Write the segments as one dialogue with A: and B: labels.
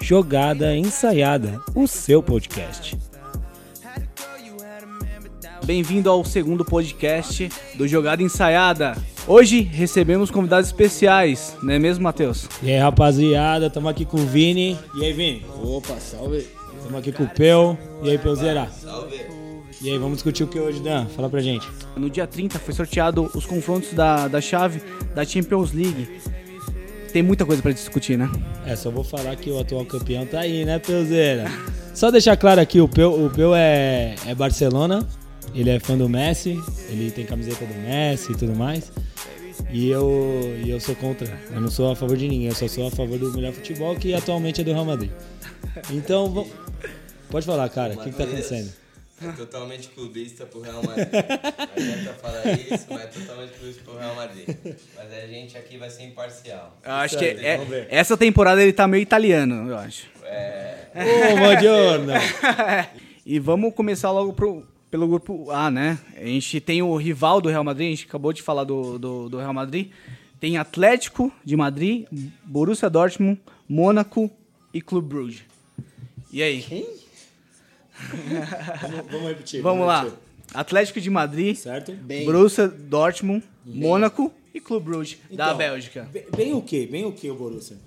A: Jogada Ensaiada, o seu podcast.
B: Bem-vindo ao segundo podcast do Jogada Ensaiada. Hoje recebemos convidados especiais, não é mesmo, Matheus?
A: E aí, rapaziada, tamo aqui com o Vini. E aí, Vini?
C: Opa, salve.
A: Tamo aqui com o Peu. E aí, Peuzeira? Salve. E aí, vamos discutir o que hoje, Dan? Fala pra gente.
B: No dia 30 foi sorteado os confrontos da, da chave da Champions League. Tem muita coisa pra discutir, né?
A: É, só vou falar que o atual campeão tá aí, né, Peuzeira? Só deixar claro aqui, o Peu, o Peu é, é Barcelona, ele é fã do Messi, ele tem camiseta do Messi e tudo mais. E eu, e eu sou contra, eu não sou a favor de ninguém, eu só sou a favor do melhor futebol que atualmente é do Real Madrid. Então, vamos- pode falar, cara, o que, que tá acontecendo?
D: É totalmente clubista pro Real Madrid. Não adianta falar isso, mas é totalmente clubista pro Real Madrid. Mas a gente aqui vai ser imparcial.
B: Eu acho que é- essa temporada ele tá meio italiano, eu acho.
A: Ô, Madiorno!
B: E vamos começar logo pro- pelo grupo A, né? A gente tem o rival do Real Madrid, a gente acabou de falar do, do, do Real Madrid. Tem Atlético de Madrid, Borussia Dortmund, Mônaco e Clube Brugge. E aí?
A: vamos, vamos repetir.
B: Vamos lá.
A: repetir.
B: Atlético de Madrid,
A: Certo?
C: Bem,
B: Borussia Dortmund, Mônaco e Clube Brugge, da
A: Então,
B: Bélgica.
A: Bem, bem o quê? Bem o quê, o Borussia?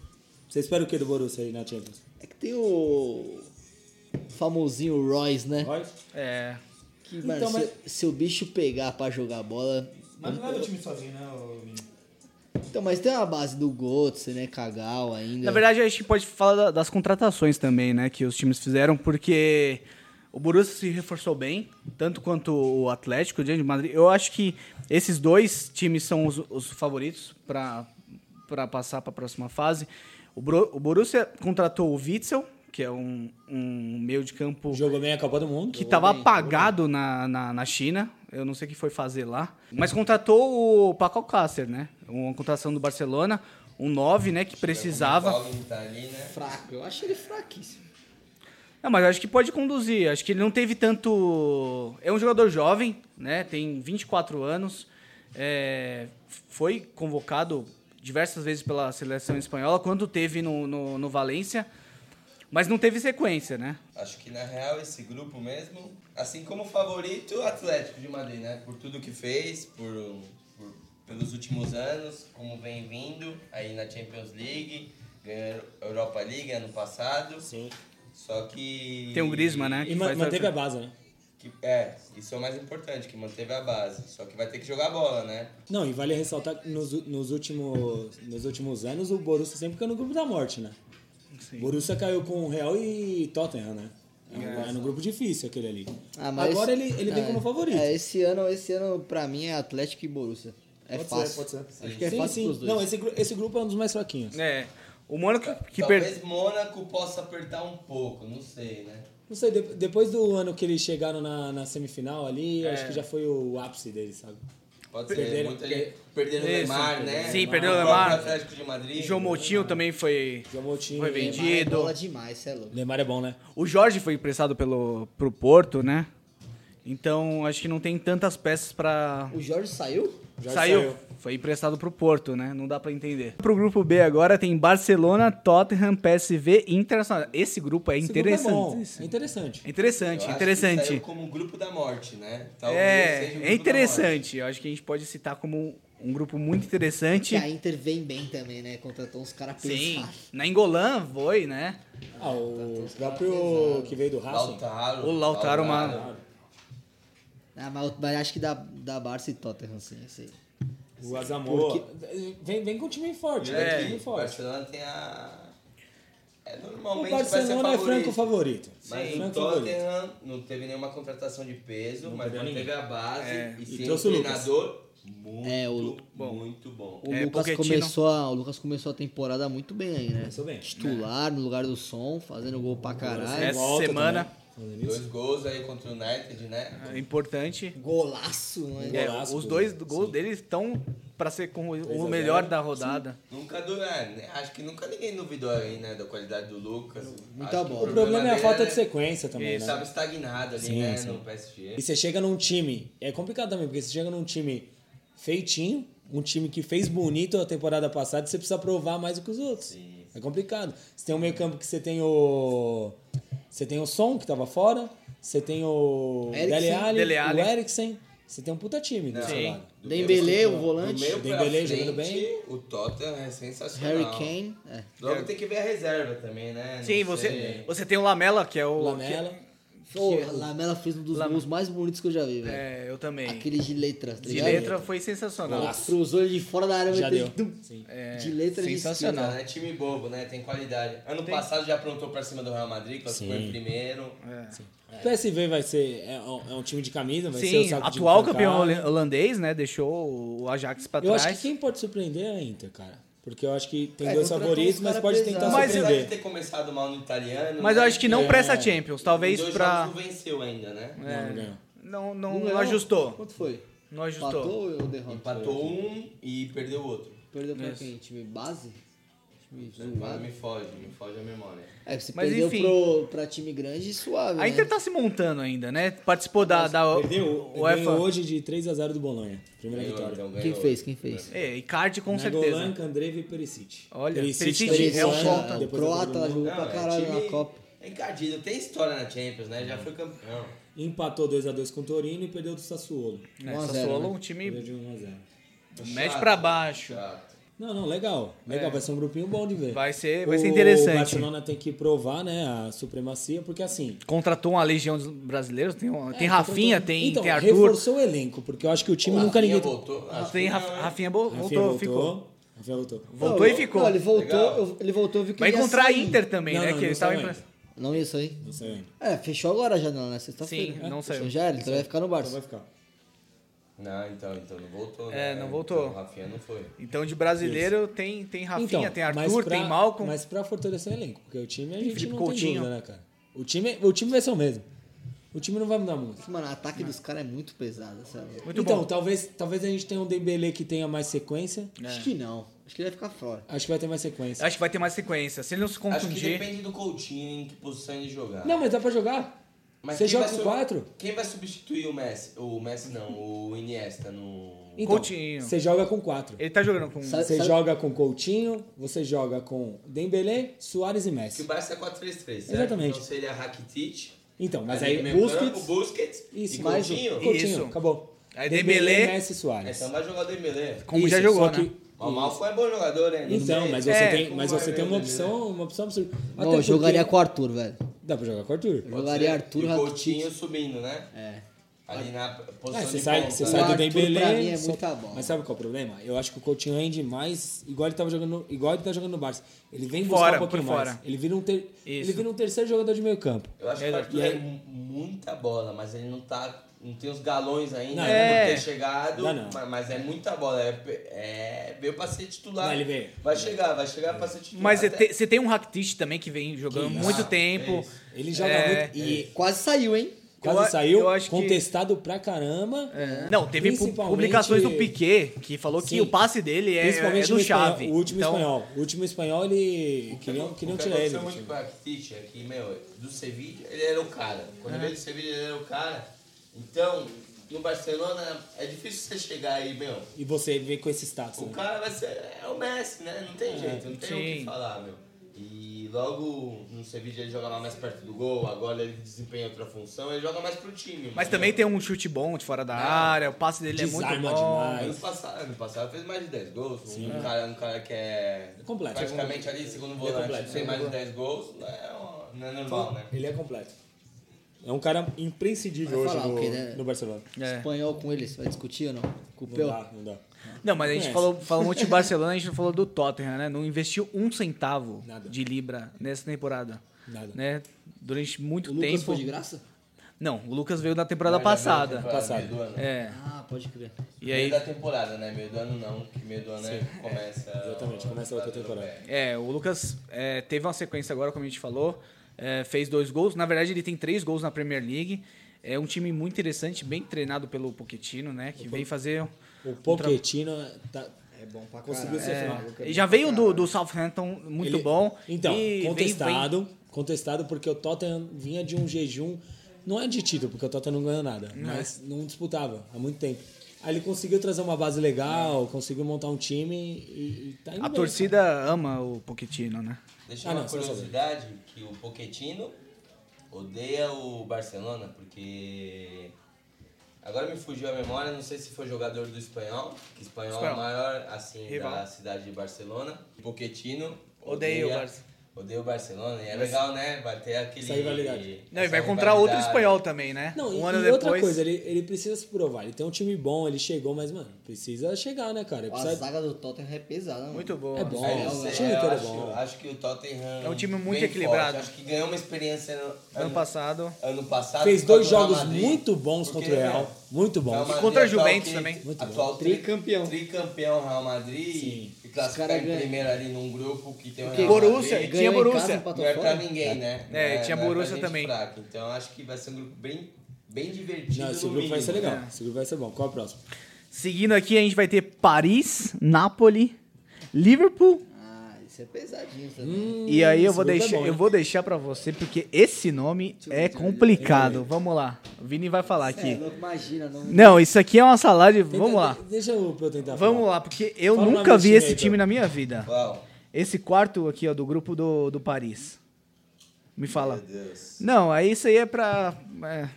A: Você espera o quê do Borussia aí na Champions?
C: é que tem o famosinho Royce, né?
A: Royce?
B: É.
C: Que, mano,
A: Então,
C: se, se o bicho pegar pra jogar bola...
A: Mas não é o time sozinho, né,
C: Então, mas tem a base do Götze, né? Cagal ainda.
B: Na verdade, a gente pode falar da- das contratações também, né? Que os times fizeram, porque o Borussia se reforçou bem, tanto quanto o Atlético de Madrid. Eu acho que esses dois times são os, os favoritos para passar para a próxima fase. O, Bro- o Borussia contratou o Witzel, que é um, um meio de campo
A: Jogou bem a Copa do Mundo.
B: que estava apagado na, na, na China. Eu não sei o que foi fazer lá. Mas contratou o Paco Alcácer, né? Uma contratação do Barcelona, um 9, né? Que precisava.
D: O Paulinho tá ali, né?
C: Fraco, eu acho ele fraquíssimo.
B: Não, mas eu acho que pode conduzir. Acho que ele não teve tanto. É um jogador jovem, né? Tem 24 anos. É, Foi convocado diversas vezes pela seleção espanhola, quando teve no, no, no Valência. Mas não teve sequência, né?
D: Acho que na real esse grupo mesmo, assim como o favorito, o Atlético de Madrid, né? Por tudo que fez, por, por- pelos últimos anos, como vem vindo aí na Champions League, ganhou a Europa League ano passado.
A: Sim.
D: Só que.
B: Tem o Griezmann, né?
A: E
B: que
A: ma-
B: faz-
A: manteve a base, né?
D: Que- é, isso é o mais importante, que manteve a base. Só que vai ter que jogar bola, né?
A: Não, e vale ressaltar que nos, nos últimos, nos últimos anos o Borussia sempre caiu no grupo da morte, né?
B: Sim.
A: O Borussia caiu com o Real e Tottenham, né? É um grupo difícil aquele ali. Agora ele, ele vem como favorito.
C: Ah, É, esse ano, esse ano pra mim é Atlético e Borussia. É
A: Pode ser,
C: fácil.
A: pode ser.
C: Acho que é
A: sim,
C: fácil
A: sim.
C: pros dois.
A: Não, esse, gru- esse grupo é um dos mais fraquinhos.
B: É. O Mônaco que perdeu.
D: Talvez Mônaco possa apertar um pouco, não sei, né?
A: Não sei, de- depois do ano que eles chegaram na, na semifinal ali, acho que já foi o ápice deles, sabe?
D: Pode ser.
A: Perderam-
D: muita gente- perderam o
B: Isso.
D: Neymar, né?
B: Sim, perdeu o
D: próprio
B: Neymar.
D: Atlético de Madrid.
B: João Moutinho
A: né?
B: também foi.
A: João Moutinho.
B: Foi
C: Neymar
B: vendido.
C: é bola demais, cê é louco.
A: Neymar é bom, né?
B: O Jorge foi emprestado pelo pro Porto, né? Então acho que não tem tantas peças para
C: O Jorge saiu?
A: Já
B: saiu.
A: saiu.
B: Foi emprestado pro Porto, né? Não dá pra entender. Pro grupo B agora tem Barcelona, Tottenham, PSV e Internacional. Esse grupo é
A: Esse grupo
B: interessante.
A: É, bom, é interessante.
B: É
D: Eu acho
B: interessante,
D: que
B: interessante.
D: saiu como o grupo da morte, né? Talvez seja o
B: É, é
D: grupo da
B: interessante. Eu acho que a gente pode citar como um grupo muito interessante.
C: Que a Inter vem bem também, né? Contratou uns caras
B: Sim.
C: pesados.
B: Na Engolã foi, né?
A: Ah, o próprio que veio do
D: morte.
A: Racing.
D: Lautaro.
B: O Lautaro, uma-
C: Ah, mas, mas acho que dá, dá Barça e Tottenham, sim, eu sei.
A: O Azamoa. Vem, vem com um time forte, vem
D: É,
A: com um time
D: o
A: forte.
D: Barcelona tem a... É,
A: O
D: normalmente
A: Barcelona
D: vai
A: é
D: ser
A: franco favorito.
D: Mas
A: Franco
D: o
A: favorito.
D: Tottenham não teve nenhuma contratação de peso, mas
A: teve
D: manteve a base
B: É.
D: e,
A: E
D: sem um
A: trouxe o Lucas.
D: treinador muito,
C: É, o-
B: bom.
D: muito bom.
C: O,
B: É,
C: Lucas
B: Pochettino.
C: começou a, o Lucas começou a temporada muito bem aí, né?
A: Começou bem.
C: Titular, no lugar do som, fazendo gol pra caralho.
B: Essa
A: Volta
B: semana
A: também.
D: Dois gols aí contra o United, né?
B: é importante.
C: Golaço, né?
B: É,
A: Golaço,
B: os dois
A: sim.
B: gols deles estão pra ser com
A: a
B: o
A: zero.
B: melhor da rodada.
D: Nunca do, é, né? acho que nunca ninguém duvidou aí, né, da qualidade do Lucas.
C: Muita
D: Acho que
C: bola.
A: O problema é a
D: dele
A: falta
D: era
A: de sequência
D: que
A: também,
D: Ele estava
A: né?
D: estagnado ali,
A: Sim,
D: né,
A: sim.
D: no PSG.
A: E você chega num time. É complicado também, porque você chega num time feitinho, um time que fez bonito a temporada passada, e você precisa provar mais do que os outros.
D: Sim, sim.
A: É complicado. Você tem um meio campo que você tem o... Você tem o Son, que tava fora. Você tem o
C: Eriksen.
A: Dele Alli,
B: Dele Alli.
A: o Eriksen. Você tem um puta time do seu
B: Sim.
A: lado.
D: Do
C: Dembélé,
D: meio-
C: o volante.
D: do meio pra
A: Dembélé jogando
D: frente,
A: bem.
D: O Tottenham é sensacional.
C: Harry Kane. É.
D: Logo tem que ver a reserva também, né? Não
B: Sim, você,
D: sei.
B: você tem o Lamela, que é o.
A: O Lamela.
C: Pô, a Lamela fez um dos
B: Lam-
C: gols mais bonitos que eu já vi,
B: que-
C: velho.
B: é, eu também.
C: Aquele de letra, tá
B: de
C: ligado?
B: letra foi sensacional.
C: Cruzou ele de fora da área,
A: Já
C: meteu
A: deu.
C: ele-
A: Sim.
B: É,
C: de letra ele
B: sensacional.
D: Não é time bobo, né? Tem qualidade. Ano passado já aprontou pra cima do Real Madrid, classificou
A: Sim.
D: em primeiro.
B: É.
A: O PSV vai ser... É, um- é um time de camisa, vai ser o
B: Sim,
A: saco de
B: atual
A: pancada.
B: campeão holan- holandês, né? Deixou o Ajax pra
A: Eu
B: trás.
A: acho que quem pode surpreender é a Inter, cara. Porque eu acho que tem
C: É,
A: dois
C: contratou
A: favoritos,
C: uns
A: mas
C: cara
A: pode
C: pesado.
A: tentar
B: Mas
D: Apesar de
A: surpreender.
D: ter começado mal no italiano. né?
B: Mas eu acho que não
A: É.
B: pra essa Champions, talvez
D: dois
B: pra. É.
D: jogos não venceu ainda, né?
A: Não, não ganhou.
B: Não,
C: Não
B: não,
C: ganhou?
B: não ajustou.
C: Quanto foi?
B: Não ajustou.
C: Empatou ou derrota?
D: Empatou um e perdeu o outro.
C: Perdeu pra
B: Isso.
C: quem? Time base? Time
D: Mas
C: zoado?
D: me foge, me foge a memória.
C: É, se
B: Mas
C: perdeu
B: enfim.
C: pro, pra time grande, suave,
B: A
C: né?
B: Inter tá se montando ainda, né? Participou da, da
A: Perdeu,
B: UEFA.
A: ganhou hoje de 3x0 do Bolonha. Primeira
D: Ganhou,
A: vitória.
B: tá-
D: então,
C: Quem
D: ganhou.
C: fez? Quem fez?
B: É, Icardi com
A: Nagolan,
B: certeza.
A: Candreva e Perisic.
B: Olha, Perisic
A: tá
B: é um
A: voando,
B: ponta.
A: depois da Copa
C: O
A: do
C: Croata
A: Mundo.
C: jogou pra caralho na Copa. Hum.
D: É encardido, tem história na Champions, né? Já foi campeão.
A: Empatou 2x2 com o Torino e perdeu do Sassuolo.
B: Né,
C: 1 a 0,
B: Sassuolo,
C: né?
B: um time
A: Perdeu de 1x0.
B: mete
D: Chato,
B: pra baixo.
D: Chato.
A: Não, não, legal. Legal, vai ser um grupinho bom de ver.
B: É. Vai ser, vai ser
A: O
B: interessante.
A: Barcelona tem que provar, né, a supremacia, porque assim,
B: Contratou uma legião dos brasileiros, tem, um- tem
A: É,
B: Rafinha,
A: contratou-
B: tem,
A: então,
B: tem Arthur.
A: reforçou o elenco, porque eu acho que o time
D: O
A: nunca
D: Rafinha
A: ninguém.
D: voltou. Acho
B: Tem
D: que
B: Raf-
D: não, né?
B: Rafinha vol- voltou,
A: Rafinha
B: ficou.
A: Rafinha voltou.
B: Voltou
C: Não,
B: e ficou.
C: Não, ele
D: Legal.
C: voltou, eu, ele voltou, eu vi que
B: Vai
C: ele ia
B: encontrar a
C: sair.
B: Inter também,
A: Não,
B: né?
A: não,
B: que
A: não
B: ele tava
A: saiu
B: empre-
A: ainda.
C: Não isso aí?
A: Não saiu ainda.
C: É, fechou agora a janela, né? Sexta-feira.
B: Sim,
C: né?
B: não saiu.
C: Fechou já, ele então vai ficar no
A: Então vai
C: Barça.
A: ficar.
D: Não, então, então não voltou.
B: É,
D: né?
B: não voltou.
D: Então, o Rafinha não foi.
B: Então, de brasileiro, tem, tem Rafinha,
A: então,
B: tem
A: mas
B: Arthur,
A: pra-
B: tem Malcolm.
A: Mas pra fortalecer o elenco, porque o time a gente
B: Felipe
A: não tem
B: Coutinho.
A: dúvida, né, cara? O time, o time vai ser o mesmo. O time não vai mudar muito.
C: Mano, o ataque dos caras é muito pesado, sabe?
B: Muito
A: então,
B: bom.
A: talvez talvez a gente tenha um Dembele que tenha mais sequência.
B: É.
C: Acho que não. Acho que ele vai ficar fora.
A: Acho que vai ter mais sequência.
B: Acho que vai ter mais sequência. Se ele não se
D: Acho que
B: contundir.
D: depende do Coutinho em que posição ele jogar.
A: Não, mas dá pra jogar.
D: Mas
A: Você
D: quem
A: joga
D: vai
A: com
D: su-
A: quatro?
D: Quem vai substituir o Messi? O Messi não, o Iniesta no.
A: Então,
B: Coutinho.
A: Você joga com quatro.
B: Ele tá jogando com.
C: Sabe-
A: Você joga com Coutinho, você joga com Dembele, Soares e
D: Que o
A: Messi.
D: Barça é 4-3-3, certo?
A: Exatamente.
D: Então seria Rakitic.
A: Então, mas
D: no
A: aí
D: meio
A: Busquets,
D: campo, Busquets
A: isso,
D: e
A: mais um. o
D: Coutinho.
A: Coutinho,
B: Isso.
A: acabou.
B: Aí Dembélé-
A: Messi e
D: É,
A: Soares.
D: Então vai jogar o Dembélé.
B: Como já
A: Isso,
B: jogou,
A: só que-
B: né?
D: O Malcom é bom jogador, né? Não
A: Então,
D: sei.
A: mas você
B: É,
A: tem,
D: como
A: mas
D: vai
A: você
D: ver
A: tem
D: o
A: uma
D: Dembélé?
A: opção, uma opção absurda.
C: é. Não,
A: Até
C: eu jogaria
A: porque-
C: com o Arthur, velho.
A: Dá pra jogar com o Arthur.
C: Eu jogaria
D: e
C: Arthur,
D: o
C: Rakitic.
D: Coutinho subindo, né?
C: É.
D: Ali na posição
A: Ah, você
D: de
A: sai,
D: ponta,
A: você
D: né?
A: sai
C: O
A: do
C: Arthur,
A: Dembélé...
C: pra mim, é
A: só-
C: muita bola.
A: Mas sabe qual é o problema? Eu acho que o Coutinho rende mais, igual ele tava jogando, igual ele tá jogando no Barça. Ele vem buscar
B: Fora,
A: um pouquinho
B: por fora.
A: mais. Ele vira, um ter- ele
B: Isso.
A: vira um terceiro jogador de meio campo.
D: Eu acho que o Arthur
A: E
D: é
A: aí-
D: mu- muita bola, mas ele não tá. Não tem os galões ainda
A: Não,
D: por
B: é.
D: ter chegado.
A: Não, não.
D: Mas, mas é muita bola. É, é- veio pra ser titular.
A: Mas ele veio.
D: Vai chegar, vai chegar pra ser titular.
B: Mas você
D: Até-
B: te- você tem um Rakitic também que vem jogando
A: Que
B: muito
A: isso.
B: tempo.
A: Ele joga
B: É.
A: muito... E
C: E quase saiu, hein?
A: quase
B: Eu a-
A: saiu,
B: eu acho que- É.
A: contestado pra caramba.
B: Não, teve pu-
A: Principalmente-
B: publicações do Piquet que falou
A: Sim.
B: que o passe dele é, é
A: Principalmente
B: do
A: no espanhol,
B: chave.
A: o último
B: então,
A: espanhol. O último espanhol, ele... um
D: O que
A: Queriam,
D: acon-
A: queriam
D: o que
A: tirar ele. assim.
D: aconteceu
A: do time.
D: muito com o Rakitic é que, meu, do Sevilla, ele era o cara. Quando veio do Sevilla, ele era o cara. Então, no Barcelona, é difícil você chegar aí, meu.
A: E você vê com esse status,
D: O
A: né?
D: cara vai ser. É o Messi, né? Não
A: É,
D: tem jeito, não tem o
B: sim.
D: que falar, meu. E logo no Sevilla ele jogava mais perto do gol, agora ele desempenha outra função, ele joga mais pro time.
B: Mas
D: entendeu?
B: também tem um chute bom de fora da área, o passe dele é muito
A: Desarma
B: bom.
A: demais.
D: Ano passado, ano passado fez mais de 10 gols. Um cara, um cara que é.
A: Completo.
D: Praticamente ali, segundo volante,
A: completo,
D: tem
A: é
D: mais de 10 gols, não é, uma- não é normal, né?
A: Ele é completo. É um cara imprescindível
C: Vai
A: hoje
C: falar
A: no,
C: o quê, né?
A: no Barcelona.
B: É.
C: Espanhol com eles, vai discutir ou não? Com o
A: Não
C: Peu?
A: dá, não dá.
B: Não, mas a gente
A: Conhece.
B: falou, falou muito de Barcelona, a gente não falou do Tottenham, né? Não investiu um centavo
A: Nada.
B: de libra nessa temporada.
A: Nada.
B: Né? Durante muito
C: O
B: tempo.
C: Lucas foi de graça?
B: Não, o Lucas veio da temporada
D: Mas já
B: passada.
D: veio da temporada,
A: Passada.
D: meio do ano. né?
B: É.
C: Ah, pode crer.
B: E aí,
D: Meio da temporada, né? Meio do ano não, que meio do ano é que começa.
A: Exatamente, começa a outra temporada.
B: é, o Lucas é, teve uma sequência agora, como a gente falou. é, fez dois gols. Na verdade, ele tem três gols na Premier League. É um time muito interessante, bem treinado pelo Pochettino, né? Que vem fazer.
A: O Pochettino tá,
C: É bom pra
A: conseguiu ser final.
B: E já veio do, do Southampton, muito
A: Ele-
B: bom.
A: Então,
B: e vem- vem-
A: contestado. Contestado porque o Tottenham vinha de um jejum. Não é de título, porque o Tottenham não ganhou nada. Mas não disputava há muito tempo. Aí ele conseguiu trazer uma base legal, conseguiu montar um time e, e tá indo
B: A
A: bem,
B: torcida ama o Pochettino, né?
D: Deixa
A: Ah,
D: uma
A: não, sem
D: curiosidade que o Pochettino odeia o Barcelona porque agora me fugiu a memória, não sei se foi jogador do espanhol, que espanhol, é
B: Espanhol.
D: o maior assim
B: Rival.
D: da cidade de Barcelona. O Pochettino
B: Odeia o Barça.
D: Odeia o Barcelona e é legal, né? Bater aquele
A: Essa rivalidade.
B: Não, e
D: essa
B: vai encontrar outro
D: rivalidade.
B: espanhol também, né?
A: Não, e,
B: um ano
A: e
B: depois.
A: outra coisa, ele, ele precisa se provar. Ele tem um time bom, ele chegou, mas, mano, precisa chegar, né, cara? Ele
C: A
A: precisa-
C: zaga do Tottenham é pesada, mano.
B: Muito bom.
A: É bom.
D: Aí
C: É,
D: eu
C: o
D: sei,
A: time
D: eu
A: inteiro é
D: acho,
A: bom.
D: acho que o Tottenham
B: É um time muito
D: bem forte.
B: equilibrado.
D: Acho que ganhou uma experiência no,
B: Ano passado.
D: ano passado
A: Fez
D: contra
A: dois
D: o Real
A: jogos
D: Madrid,
A: muito bons
D: porque,
A: contra o Real.
D: né,
A: Muito
D: Real
A: bons.
D: Madrid é
B: contra a
D: atual
B: Juventus
D: tri-
B: também.
A: Muito
D: atual
A: bom.
D: tri-
C: Tricampeão.
D: Tricampeão Real Madrid. E classificar
C: caras
D: em
C: ganham.
D: primeiro ali num grupo que tem o
C: Porque
D: Real
B: Borussia,
D: Madrid.
B: ganha tinha
C: em
B: Borussia.
C: casa,
D: Não
C: empatou
D: é pra
C: fora.
D: ninguém, né?
B: É,
D: Não
B: tinha
D: não pra
B: Borussia
D: gente
B: também.
D: fraca. Então acho que vai ser um grupo bem, bem divertido.
A: Não, esse
D: no
A: grupo vai
D: mínimo,
A: ser legal.
D: né?
A: Esse grupo vai ser bom. Qual é o próximo?
B: Seguindo aqui, a gente vai ter Paris, Napoli, Liverpool.
C: Ah, isso é pesadinho também.
B: e aí eu
A: esse
B: vou,
A: grupo é
B: deixar,
A: bom, hein?
B: eu vou deixar pra você, porque esse nome é complicado. Vamos lá. O Vini vai falar
C: É,
B: aqui.
C: louco, imagina, não...
B: Não, isso aqui é uma salada. de-
A: Tenta-
B: Vamos lá.
A: Deixa eu pra eu tentar.
B: Vamos
A: falar.
B: lá, porque eu
A: Fala o
B: nunca
A: nome
B: vi
A: desse time
B: esse
A: aí,
B: time
A: então.
B: na minha vida.
D: Uau.
B: Esse quarto aqui, ó, do grupo do, do Paris. Me fala.
D: Meu Deus.
B: Não, aí isso aí é pra. é,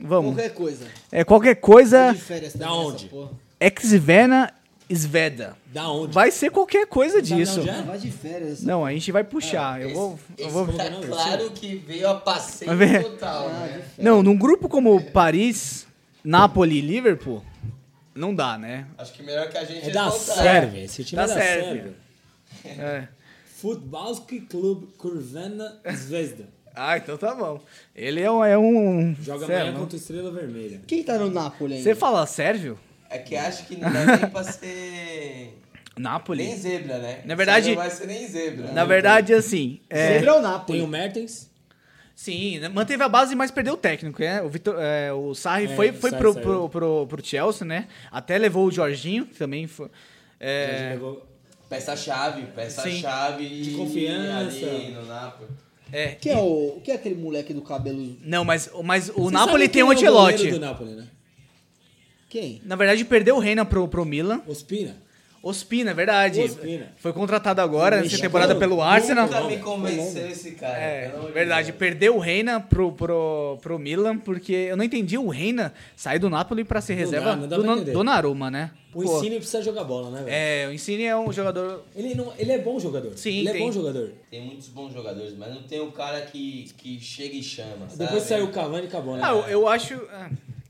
B: vamos.
C: Qualquer coisa.
B: É qualquer coisa.
C: Tô de férias
A: Da
C: também nessa
A: onde?
C: porra.
B: Exvena Sveda.
A: Da onde?
B: Vai ser qualquer coisa
A: Sabe
B: disso.
A: onde é?
C: Ah, vai de férias.
B: Não, a gente vai puxar. Eu vou. Eu
D: É, Esse
B: vou...
D: tá
A: Não, eu
D: claro que veio a passeio
B: Vai ver.
D: total,
C: Ah, de
D: né?
C: férias.
B: Não, num grupo como Paris, Napoli e Liverpool, não dá, né?
D: Acho que melhor que a gente
A: É da
D: voltar.
A: Sérvia. Esse time
B: Da
A: é da
B: Sérvia.
A: Sérvia.
B: É.
A: Futbalski Club Kurvena Zvezda.
B: Ah, então tá bom. Ele é um. É um
A: Joga
B: sei
A: amanhã
B: lá.
A: contra o Estrela Vermelha.
C: Quem tá no Napoli ainda?
B: Você fala sérvio?
D: É que acho que não dá nem pra ser. Nem
B: Napoli?
D: zebra, né?
B: Na verdade-
D: Não vai ser nem zebra.
B: Na verdade, assim. É...
C: Sempre é
A: Tem
C: o
A: um- o
C: Napoli.
A: Mertens.
B: Sim, né? manteve a base, mas perdeu o técnico, né? O, Vitor, é, o Sarri
A: É,
B: foi,
A: o
B: foi
A: Sarri
B: pro,
A: saiu.
B: pro, pro, pro Chelsea, né? Até levou o Jorginho, que também foi.
A: Já
B: é,
A: jogou-
D: Peça-chave, peça-chave.
A: De confiança.
D: Ali no Napoli.
B: é.
C: Quem é, o... Quem é aquele moleque do cabelo?
B: Não, mas, mas o
A: Você
B: Napoli
A: sabe
B: tem
A: quem é
B: o Ancelotti.
A: goleiro do Napoli, né?
C: Quem? É
B: Na verdade, perdeu o Reina pro, pro Milan.
A: Ospina.
B: Ospina, é verdade.
A: Ospina.
B: Foi contratado agora, nessa
A: Mexicano.
B: temporada, pelo Arsenal.
D: Nunca me convenceu esse cara.
B: É,
D: pelo amor de
B: verdade.
D: Deus.
B: Perdeu o Reina pro, pro, pro Milan, porque eu não entendi o Reina sair do Napoli pra ser
A: Não
B: reserva
A: dá, não dá
B: do
A: pra
B: Na-
A: entender.
B: Donnarumma, né?
A: O
B: Pô,
A: Insigne precisa jogar bola, né, velho?
B: É, o Insigne é um jogador...
A: Ele, não, ele é bom jogador.
B: Sim,
A: ele
B: tem.
A: é bom jogador.
D: Tem muitos bons jogadores, mas não tem o cara que, que chega e chama.
A: Depois
D: sabe?
A: saiu o Cavani e acabou, né?
B: Ah, eu, eu acho...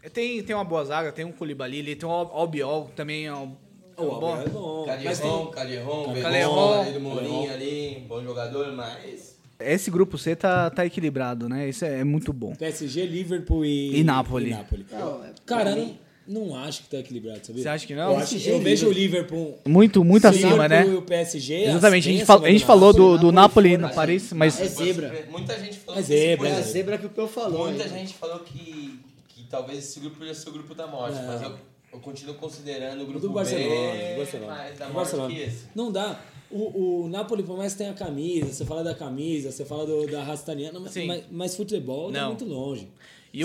B: é, tem, tem uma boa zaga, tem um Koulibaly, ali, tem o Al- Albiol, também é um, é
A: O
B: um
A: Albiol
B: bom...
A: é bom. Mas tem-
D: Caderron, Caderron,
B: Calheron.
D: Verón, ali do Mourinho ali, bom jogador, mas.
B: Esse grupo C tá, tá equilibrado, né? Isso é, é muito bom.
A: PSG, Liverpool e...
B: E Napoli.
C: Não, é-
A: Cara, eu não, não acho que tá equilibrado, sabia?
B: Você acha que não?
A: Eu, acho- eu vejo
D: é
A: o Liverpool...
B: Muito, muito
A: o
B: acima,
A: Liverpool
B: né?
A: e o PSG...
B: Exatamente, a
A: bem
B: gente, fal-
A: acima
B: a gente
A: do
B: falou
A: Napoli.
B: do, do Napoli no
C: fora.
B: Paris, mas
C: É zebra.
D: Muita gente falou
A: É
D: que esse
A: zebra,
D: grupo-
A: é
C: É a zebra que o Peu falou.
D: Muita
C: hein?
D: gente falou que, que talvez esse grupo ia ser o grupo da morte,
A: Não.
D: mas eu, eu continuo considerando o grupo
A: É. Do Barcelona,
D: B,
A: do Barcelona.
D: mais da
A: do
D: morte
A: Barcelona.
D: que esse.
A: Não dá. O, o Napoli, por mais que tenha a camisa, você fala da camisa, você fala do, da raça italiana, mas,
B: Sim.
A: mas, mas futebol tá
B: Não.
A: muito longe.
B: E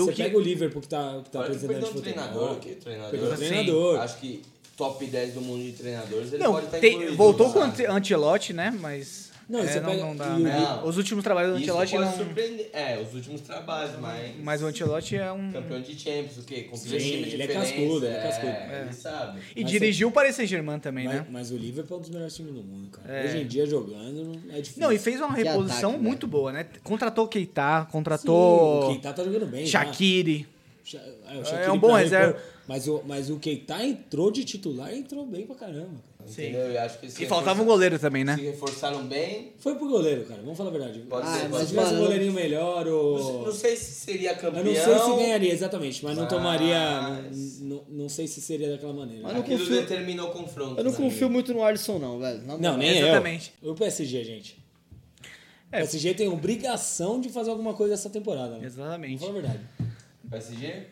A: você
B: o que-
A: pega o Liverpool que tá, que tá
D: Fora que
A: apresentando
D: perdeu
A: de
D: um
A: futebol.
D: treinador, que treinador.
A: Perdeu um
B: Assim,
A: treinador.
D: Acho que top 10 do mundo de treinadores, ele
B: Não,
D: pode estar
B: tem-
D: incluído,
B: voltou com o
D: sabe?
B: Ante- Ancelotti, né? Mas
A: Não,
B: é,
A: e você
B: não,
A: pega-
B: não dá.
A: e o-
B: né?
D: Não.
B: Os últimos trabalhos do
D: Isso
B: Ancelotti
D: pode
B: não. Hum,
D: surpreender. É, os últimos trabalhos, mas...
B: Mas o Ancelotti é um.
D: Campeão de Champions, o quê? Com
A: Sim,
D: três times
A: ele é
D: diferentes,
A: cascudo, ele é cascudo.
D: Ele sabe.
B: E
A: Mas
B: dirigiu o Paris Saint-Germain também,
A: Mas,
B: né?
A: mas o Liverpool é um dos melhores times do mundo, cara.
B: É.
A: Hoje em dia, jogando, é difícil.
B: Não, e fez uma
C: Que
B: reposição
C: ataque,
B: muito boa, né? Contratou o Keita,
A: Sim,
B: contratou.
A: O Keita tá jogando bem. já.
B: Shaqiri.
A: Sha- é, o Shaqiri
B: É um bom
A: pra
B: reserva.
A: repor. Mas o, mas o Keita entrou de titular e entrou bem pra caramba. cara.
D: Entendeu? Eu acho que se
B: E faltava um goleiro também, né?
D: Se reforçaram bem,
A: Foi pro goleiro, cara. Vamos falar a verdade.
D: Pode
C: Ah,
D: ser,
A: Se
D: pode
C: mas,
D: ser.
A: tivesse um
C: mano,
A: goleirinho melhor,
D: Não,
A: ou...
D: sei se seria campeão.
A: Eu não sei se ganharia, exatamente, mas não
D: Mas-
A: tomaria. Não, não- não sei se seria daquela maneira.
C: Mas não
D: Aquilo
C: confio-
D: determinou o confronto.
C: Eu não
D: né?
C: confio muito no Alisson, não, velho. Na
A: Não,
C: moral.
A: nem
B: Exatamente.
A: eu. E o PSG, gente.
B: É.
A: O PSG tem obrigação de fazer alguma coisa essa temporada. Né? Vamos
B: Exatamente.
A: falar a verdade.
D: PSG?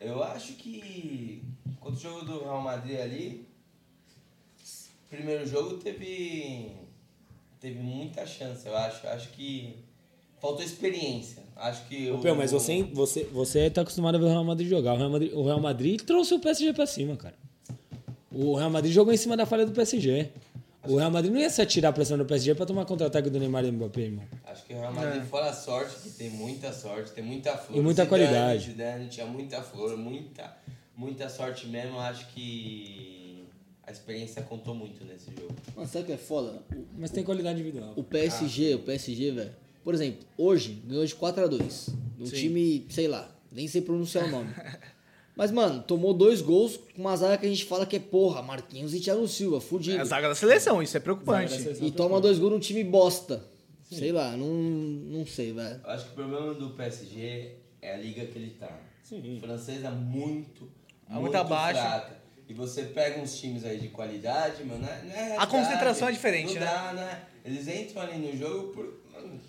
D: Eu acho que. Quanto o jogo do Real Madrid ali. Primeiro jogo teve. Teve muita chance, eu acho. Eu acho que. Faltou experiência. Acho que.
A: Ô, Pel, mas você, você, você tá acostumado a ver o Real Madrid jogar. O Real Madrid, o Real Madrid trouxe o PSG pra cima, cara. O Real Madrid jogou em cima da falha do PSG. O Real Madrid não ia se atirar pra cima do PSG pra tomar contra-ataque do Neymar e do Mbappé, irmão.
D: Acho que o Real Madrid, fora a sorte, que tem muita sorte, tem muita flor.
A: E muita
D: Zidane,
A: qualidade.
D: Zidane tinha muita flor, muita, muita sorte mesmo. Acho que a experiência contou muito nesse jogo.
C: Mano, sabe o que é foda? O-
A: Mas tem qualidade individual.
C: O, PSG, o PSG, velho. Por exemplo, hoje ganhou de 4x2. Num Um time, sei lá, nem sei pronunciar o nome. Mas, mano, tomou dois gols com uma zaga que a gente fala que é porra, Marquinhos e Thiago Silva, fudido.
B: É a zaga da seleção, isso é preocupante.
C: E toma dois gols num time bosta. Sei lá, não, não sei, velho.
D: Eu acho que o problema do PSG é a liga que ele tá.
A: Sim.
D: O francês é muito,
B: É
D: muito,
B: muito abaixo.
D: fraca. E você pega uns times aí de qualidade, mano, não é, não é
B: A concentração
D: realidade.
B: é diferente,
D: não
B: né?
D: Dá, né? Eles entram ali no jogo por... mano,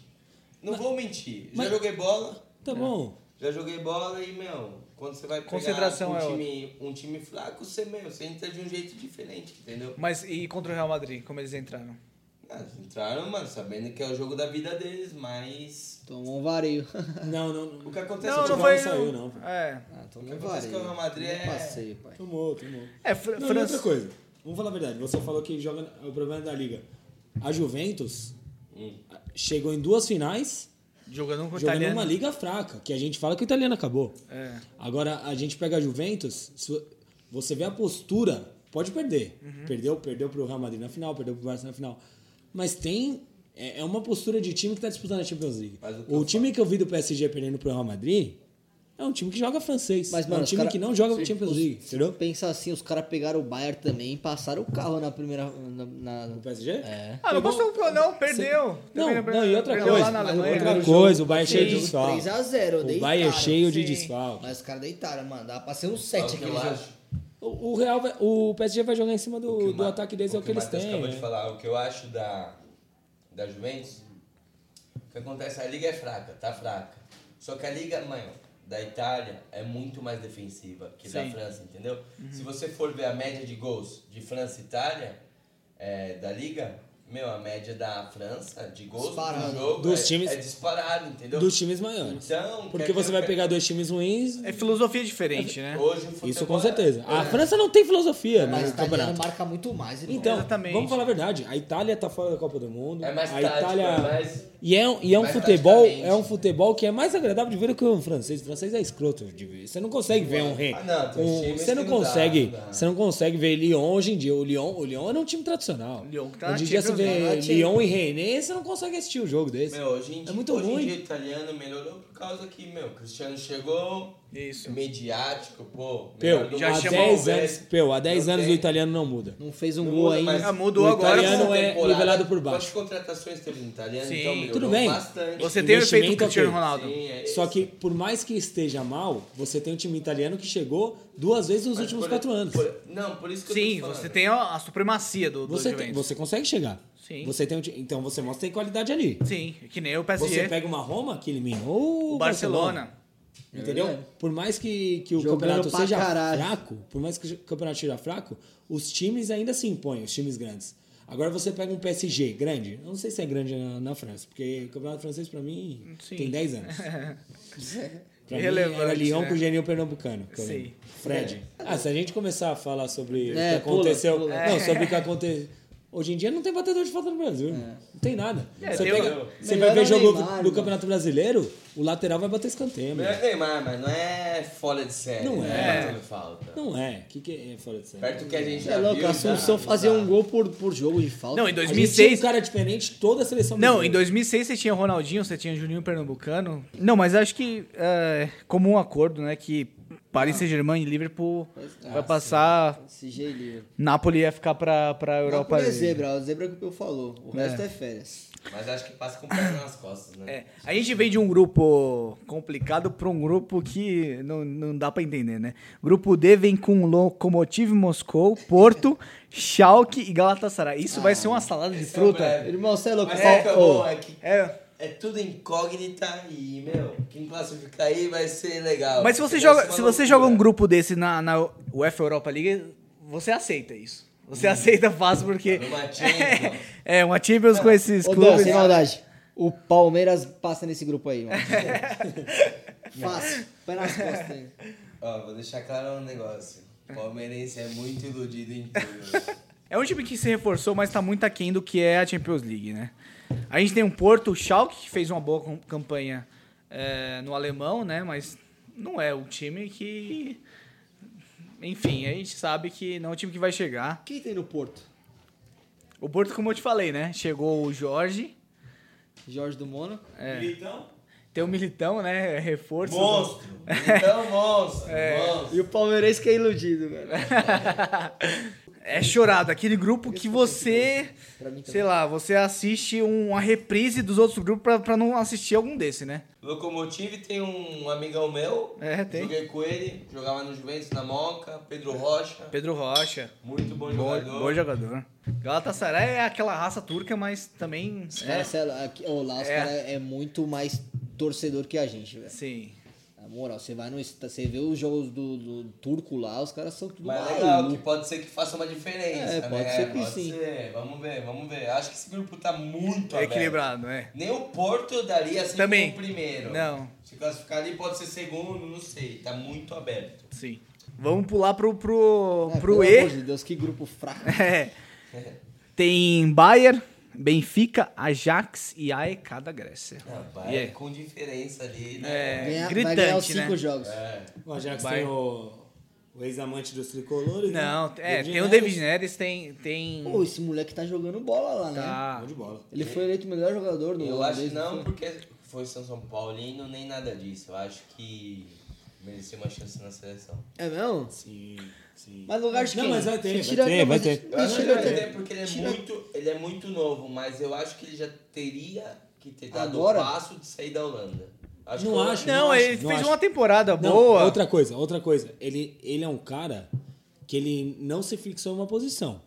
D: não vou mentir. Já
A: mas-
D: joguei bola,
B: É.
A: Tá bom.
D: já joguei bola e, meu, quando você vai pegar
B: Concentração
D: um,
B: é
D: time, um time fraco, você, meu, você entra de um jeito diferente, entendeu?
B: Mas e contra o Real Madrid, como eles entraram?
D: Ah, eles entraram, mano, sabendo que é o jogo da vida deles, mas...
C: Tomou um vareio.
A: Não, não, não.
D: O que acontece
B: Não,
D: com
B: não
A: Portugal
D: o
B: foi.
A: não saiu,
B: não.
A: não.
B: É.
C: ah, tomou
D: Porque
C: um
D: parece
C: vareio.
D: que o Real Madrid é-
C: Passeio, pai.
A: Tomou, tomou.
B: É, Fran-
A: Não, e
B: França.
A: outra coisa. Vamos falar a verdade. Você falou que joga o problema é da liga. A Juventus chegou em duas finais
B: Jogando com Hum. o
A: jogando
B: italiano.
A: numa liga fraca, que a gente fala que o italiano acabou.
B: É.
A: Agora, a gente pega a Juventus, se- você vê a postura, pode perder. Perdeu, perdeu pro Real Madrid na final, perdeu pro Barça na final. Mas tem. É é uma postura de time que tá disputando a Champions League.
D: Mas o que
A: O,
D: eu
A: time que eu vi do PSG perdendo pro Real Madrid é um time que joga francês.
C: Mas,
A: é
C: mano,
A: um
C: os
A: time
C: cara-
A: que não joga
C: se-
A: Champions
C: os-
A: League, entendeu?
C: Pensa assim, os caras pegaram o Bayern também e passaram o carro na primeira. Na,
A: O
C: na...
A: PSG?
C: É.
B: Ah, não gostou, não, perdeu.
A: Não,
B: Também
A: não, e outra
B: perdeu
A: coisa.
B: lá na
A: Mas
B: Alemanha.
A: outra
C: Primeiro
A: coisa,
C: jogo,
A: o Bayern é cheio de
C: sim,
A: desfalque.
C: 3 a 0,
A: O
C: deitaram,
A: Bayern é cheio de
B: sim.
A: desfalque.
C: Mas os caras deitaram, mano. Dá pra ser um
D: Sabe
C: 7
D: é o que
C: aquele
D: eu
C: jogo.
D: acho?
A: O, o Real vai- o PSG vai jogar em cima do,
D: que o
A: do
D: Ma-
A: ataque deles, é o que, eles
D: Matheus
A: têm.
D: acabou
A: né?
D: de falar, o que eu acho da, da Juventus, o que acontece, a liga é fraca, tá fraca. Só que a liga, mãe, da Itália é muito mais defensiva que da
B: Sim.
D: França, entendeu?
A: Uhum.
D: Se você for ver a média de gols de França e Itália, é, da liga, meu, a média da França de gols
C: Disparado.
D: do jogo
A: Dos
D: é,
A: times-
D: é disparado, entendeu?
A: Dos times maiores.
D: Então,
A: Porque
D: quer
A: você
D: que-
A: vai pegar dois times ruins,
B: É filosofia diferente, né?
D: Hoje o futebol
A: isso com
D: é-
A: certeza. A França não tem filosofia
C: Mas
A: no
C: o italiano
A: É, campeonato.
C: marca muito mais, irmão.
A: Então,
B: Exatamente.
A: vamos falar a verdade. A Itália tá fora da Copa do Mundo.
D: É mais
A: a
D: tático,
A: Itália
D: é mais-
A: e é, um- e é um
D: mais
A: futebol,
D: taticamente.
A: é um futebol que é mais agradável de ver do que o francês. O francês é escroto de ver. Você não consegue ver um rei.
D: Ah, não, tem
A: um-
D: times
A: você não
D: que não dá,
A: consegue,
D: não dá.
A: você não consegue ver Lyon hoje em dia. O Lyon, o Lyon era um time tradicional.
B: Lyon que tá
A: hoje em dia você
B: Champions
A: vê
C: League.
A: Lyon e René, você não consegue assistir o jogo desse.
D: Meu, hoje em
A: é
D: dia,
A: muito
D: hoje em
A: ruim.
D: dia o italiano melhorou por causa que, meu, o Cristiano chegou,
B: Isso.
D: mediático, pô. melhor
A: Peu,
D: do
B: já
A: há
D: mundo,
B: chamou
A: 10
D: velho.
A: anos, Peu, há 10
D: Não
A: anos
D: tem.
A: o italiano não muda.
C: Não fez um
D: Não
C: gol
D: muda,
C: ainda.
D: mas-
B: Ah, mudou
A: O
B: agora.
A: italiano
B: com-
A: é
D: Temporada,
A: nivelado por baixo.
D: Quantas contratações teve no italiano,
B: Sim.
D: então melhorou
A: Tudo bem.
D: bastante.
B: Você tem o efeito
A: Investimento,
B: Cristiano
A: ok.
B: Ronaldo.
D: Sim, é
A: Só
D: isso.
A: que, por mais que esteja mal, você tem um time italiano que chegou duas vezes nos
D: Mas
A: últimos
D: por-
A: quatro anos.
D: por- não, por isso que eu tô
B: Sim,
D: te falando.
B: você tem a, a supremacia do, do
A: Você, tem-
B: Juventus.
A: você consegue chegar.
B: Sim.
A: Você tem um ti- então você mostra que tem qualidade ali.
B: Sim, que nem o
A: Você
B: PSG.
A: pega uma Roma que eliminou
B: o Barcelona.
A: Entendeu?
C: É verdade.
A: por mais que, que o
C: Jogando
A: campeonato
C: pra
A: seja
C: caralho.
A: fraco, por mais que o campeonato seja fraco, os times ainda se impõem, os times grandes. Agora você pega um PSG grande, eu não sei se é grande na, na França, porque o campeonato francês pra mim
B: Sim.
A: tem 10 anos.
C: É
A: Pra mim
B: Irrelevante,
A: era Lyon
B: né?
A: com o Geninho Pernambucano. que eu
B: Sim. É.
A: lembro. Fred. Ah, se a gente começar a falar sobre
C: É,
A: o que aconteceu.
C: pula,
A: Não, sobre o que aconteceu. Hoje em dia não tem batedor de falta no Brasil. Não tem nada.
B: É,
A: você
B: tem
A: pega-
B: o-
A: você vai
C: Melhor
A: ver
C: é o
A: jogo
C: Neymar,
A: do
C: mano.
A: Campeonato Brasileiro, o lateral vai bater escanteio.
D: Não
A: mano.
D: é Neymar, mas não é fora de série.
A: Não
D: né?
A: é.
D: Batendo falta.
A: Não é. O que, que é fora de série?
D: Perto do que a gente
C: É
D: já
C: louco,
D: viu,
C: a Assunção
D: tá?
C: fazia um gol por, por jogo de falta.
B: Não, em
A: A gente tinha
B: 2006...
A: um cara diferente, toda a seleção
B: Não, em
A: brasileira.
B: 2006 você tinha Ronaldinho, você tinha Juninho Pernambucano. Não, mas acho que é comum acordo, né, que Paris Saint-Germain e Liverpool
A: é.
B: vai passar...
C: CG livre.
B: Napoli ia ficar pra, pra Europa
C: Europa é
B: League.
C: zebra, a zebra que o Peu falou. O resto é férias.
D: Mas acho que passa com o pé nas costas, né?
B: É, a gente veio de um grupo complicado para um grupo que não, não dá para entender, né? Grupo D vem com Lokomotiv Moscou, Porto, Schalke e Galatasaray. Isso vai ser uma salada de
D: Esse é o
B: fruta.
D: breve.
C: Irmão, você é louco.
D: Mas
C: Ó,
D: é, que é bom,
C: ó,
D: é que
B: É,
D: É tudo incógnita e, meu, quem classificar aí vai ser legal.
B: mas se você
D: Vai ser
B: joga,
D: uma
B: se você
D: loucura.
B: joga um grupo desse na, na UEFA Europa League, você aceita isso. Você aceita fácil porque
D: Hum. Numa Champions.
B: é uma Champions com esses
C: Ô, Dan,
B: clubes.
C: sem maldade. O Palmeiras passa nesse grupo aí, mano. Fácil. Põe nas costas aí.
D: Ó, vou deixar claro um negócio. O palmeirense é muito iludido em tudo.
B: É um time que se reforçou, mas tá muito aquém do que é a Champions League, né? A gente tem um Porto, o Schalke, que fez uma boa com- campanha eh, no alemão, né? Mas não é o time que... Enfim, a gente sabe que não é o time que vai chegar.
C: Quem tem no Porto?
B: O Porto, como eu te falei, né? Chegou o Jorge,
C: Jorge do Mônaco.
B: É.
D: Militão?
B: tem o Militão, né? Reforço.
D: Monstro! Militão, monstro! Monstro!
C: E o palmeirense que é iludido, velho.
B: É chorado, aquele grupo que você...
C: Pra mim também.
B: Sei lá, você assiste um, uma reprise dos outros grupos pra, pra não assistir algum desse, né?
D: Locomotive tem um amigão meu.
B: É, tem.
D: Joguei com ele, jogava no Juventus, na Moca. Pedro Rocha,
B: Pedro Rocha.
D: muito bom
B: Bom
D: jogador.
B: jogador. Galatasaray é aquela raça turca, mas também.
C: Os
B: É,
C: caras, sei lá, aqui, ô, lá os
B: É.
C: caras é muito mais torcedor que a gente, velho.
B: sim.
C: Na moral, você vai no. insta- Você vê os jogos do, do turco lá, os caras são tudo
D: Mas
C: maluco.
D: legal, que pode ser que faça uma diferença,
C: É, pode
D: né?
C: ser que
D: Pode
C: sim.
D: ser. Vamos ver, vamos ver. Acho que esse grupo tá muito
B: É
D: aberto.
B: equilibrado, é.
D: Nem o Porto eu daria assim
B: Também.
D: como primeiro.
B: Não.
D: Se classificar ali pode ser segundo, não sei. Tá muito aberto.
B: Sim. Vamos pular pro, pro,
C: É,
B: pro
C: pelo
B: E.
C: amor de Deus, que grupo fraco.
B: É. Tem Bayern, Benfica, Ajax e AEK da Grécia.
D: Ah, vai
B: Yeah.
D: com diferença ali, né?
B: É,
C: Ganhar- vai
B: gritante,
C: ganhar os cinco
B: né?
C: jogos.
D: É.
A: O Ajax
B: Vai.
A: tem o, o ex-amante dos tricolores.
B: Não,
A: né?
B: é,
A: David
B: tem o
A: Neres.
B: David Neres, tem. tem
C: Pô, esse moleque tá jogando bola lá, né?
B: tá.
A: Bom de bola.
C: Ele foi eleito o melhor jogador do
D: Eu acho
C: holandês,
D: que não,
C: foi?
D: porque foi São São Paulino, nem nada disso. Eu acho que merecia uma chance na seleção.
C: É mesmo?
A: Sim, sim.
C: Mas no lugar de
A: Não,
C: quem?
A: mas vai ter,
C: Você
A: vai
C: tira-
A: ter,
C: não,
A: vai
C: mas
A: ter.
D: Eu acho que
C: tira-
D: ele tem, porque ele é,
C: tira-
D: muito, ele é muito novo, mas eu acho que ele já teria que ter dado
C: Agora?
D: o passo de sair da Holanda. Acho
A: Não
D: que eu-
A: acho. né?
B: Não,
A: acho,
B: ele
A: não
B: fez
A: acho.
B: uma temporada
A: Não,
B: boa.
A: Outra coisa, outra coisa. Ele, ele é um cara que ele não se fixou em uma posição.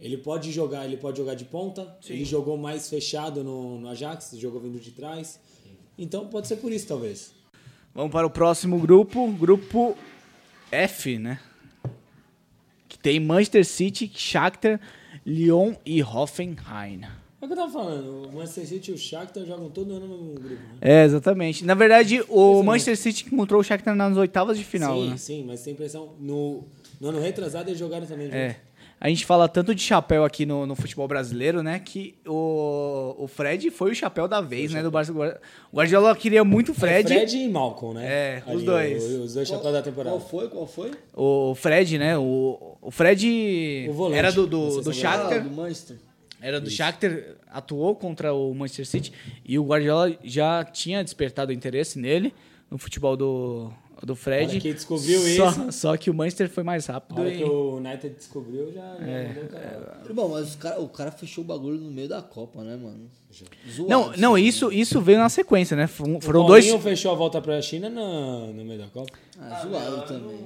A: Ele pode jogar, ele pode jogar de ponta. Ele jogou mais fechado no, no Ajax, jogou vindo de trás. Então pode ser por isso, talvez.
B: Vamos para o próximo grupo, grupo F, né? Que tem Manchester City, Shakhtar, Lyon e Hoffenheim.
A: É o que eu tava falando, o Manchester City e o Shakhtar jogam todo ano no grupo, né?
B: É, exatamente. Na verdade, o Manchester City encontrou o Shakhtar nas oitavas de final,
A: sim,
B: né?
A: sim, mas tem impressão. No, no ano retrasado eles jogaram também junto.
B: É. A gente fala tanto de chapéu aqui no, no futebol brasileiro, né? Que o, o Fred foi o chapéu da vez, né? Do Barça. Guar- O Guardiola queria muito o
A: Fred,
B: Fred.
A: e Malcolm, né?
B: É, os dois.
A: o- os dois
C: Qual-
A: chapéus da temporada.
C: Qual foi? Qual foi?
B: O Fred, né? O, o Fred
A: O volante,
B: era do,
A: da
B: do,
A: seleção
B: do
A: brasileira.
B: Shakhtar.
C: Ah, do Manchester.
B: Era do Shakhtar, atuou contra o Manchester City e o Guardiola já tinha despertado interesse nele no futebol do, do Fred.
A: Olha, quem descobriu
B: só,
A: isso.
B: Só que o Manchester foi mais
A: A
B: rápido.
A: hora
B: e-
A: que o United descobriu, já, já
B: É.
A: mandou o cara.
C: Irmão, mas os cara, o cara fechou o bagulho no meio da Copa, né, mano? Zoado. assim, né?
B: Não, não isso, isso veio na sequência, né? Foram
A: O
B: foram dois.
A: Paulinho fechou a volta pra China na- no meio da Copa.
C: Ah, zoado também.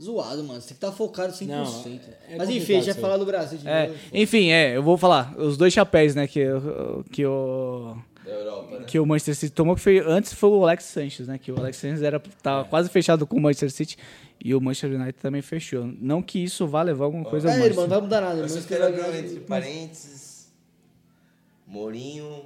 C: Zoado, mano. Você tem que estar tá focado 100%.
A: é
C: mas
A: complicado
C: enfim, a gente
A: isso
C: vai
A: aí.
C: falar do Brasil de
B: É,
C: novo.
B: enfim, é, eu vou falar. Os dois chapéus, né? Que, o- que o.
D: Da Europa, né?
B: Que o Manchester City tomou, que foi, antes foi o Alex Sanches, né? Que o Alex Sanches era, tava
A: É.
B: quase fechado com o Manchester City e o Manchester United também fechou. Não que isso vá levar alguma coisa a
C: É, irmão,
B: Manchester.
C: não vai mudar nada.
D: Eu
C: irmão.
D: só
C: Isso
D: quero
C: vai
D: abrir um
C: ganhar-
D: entre parênteses. Mourinho.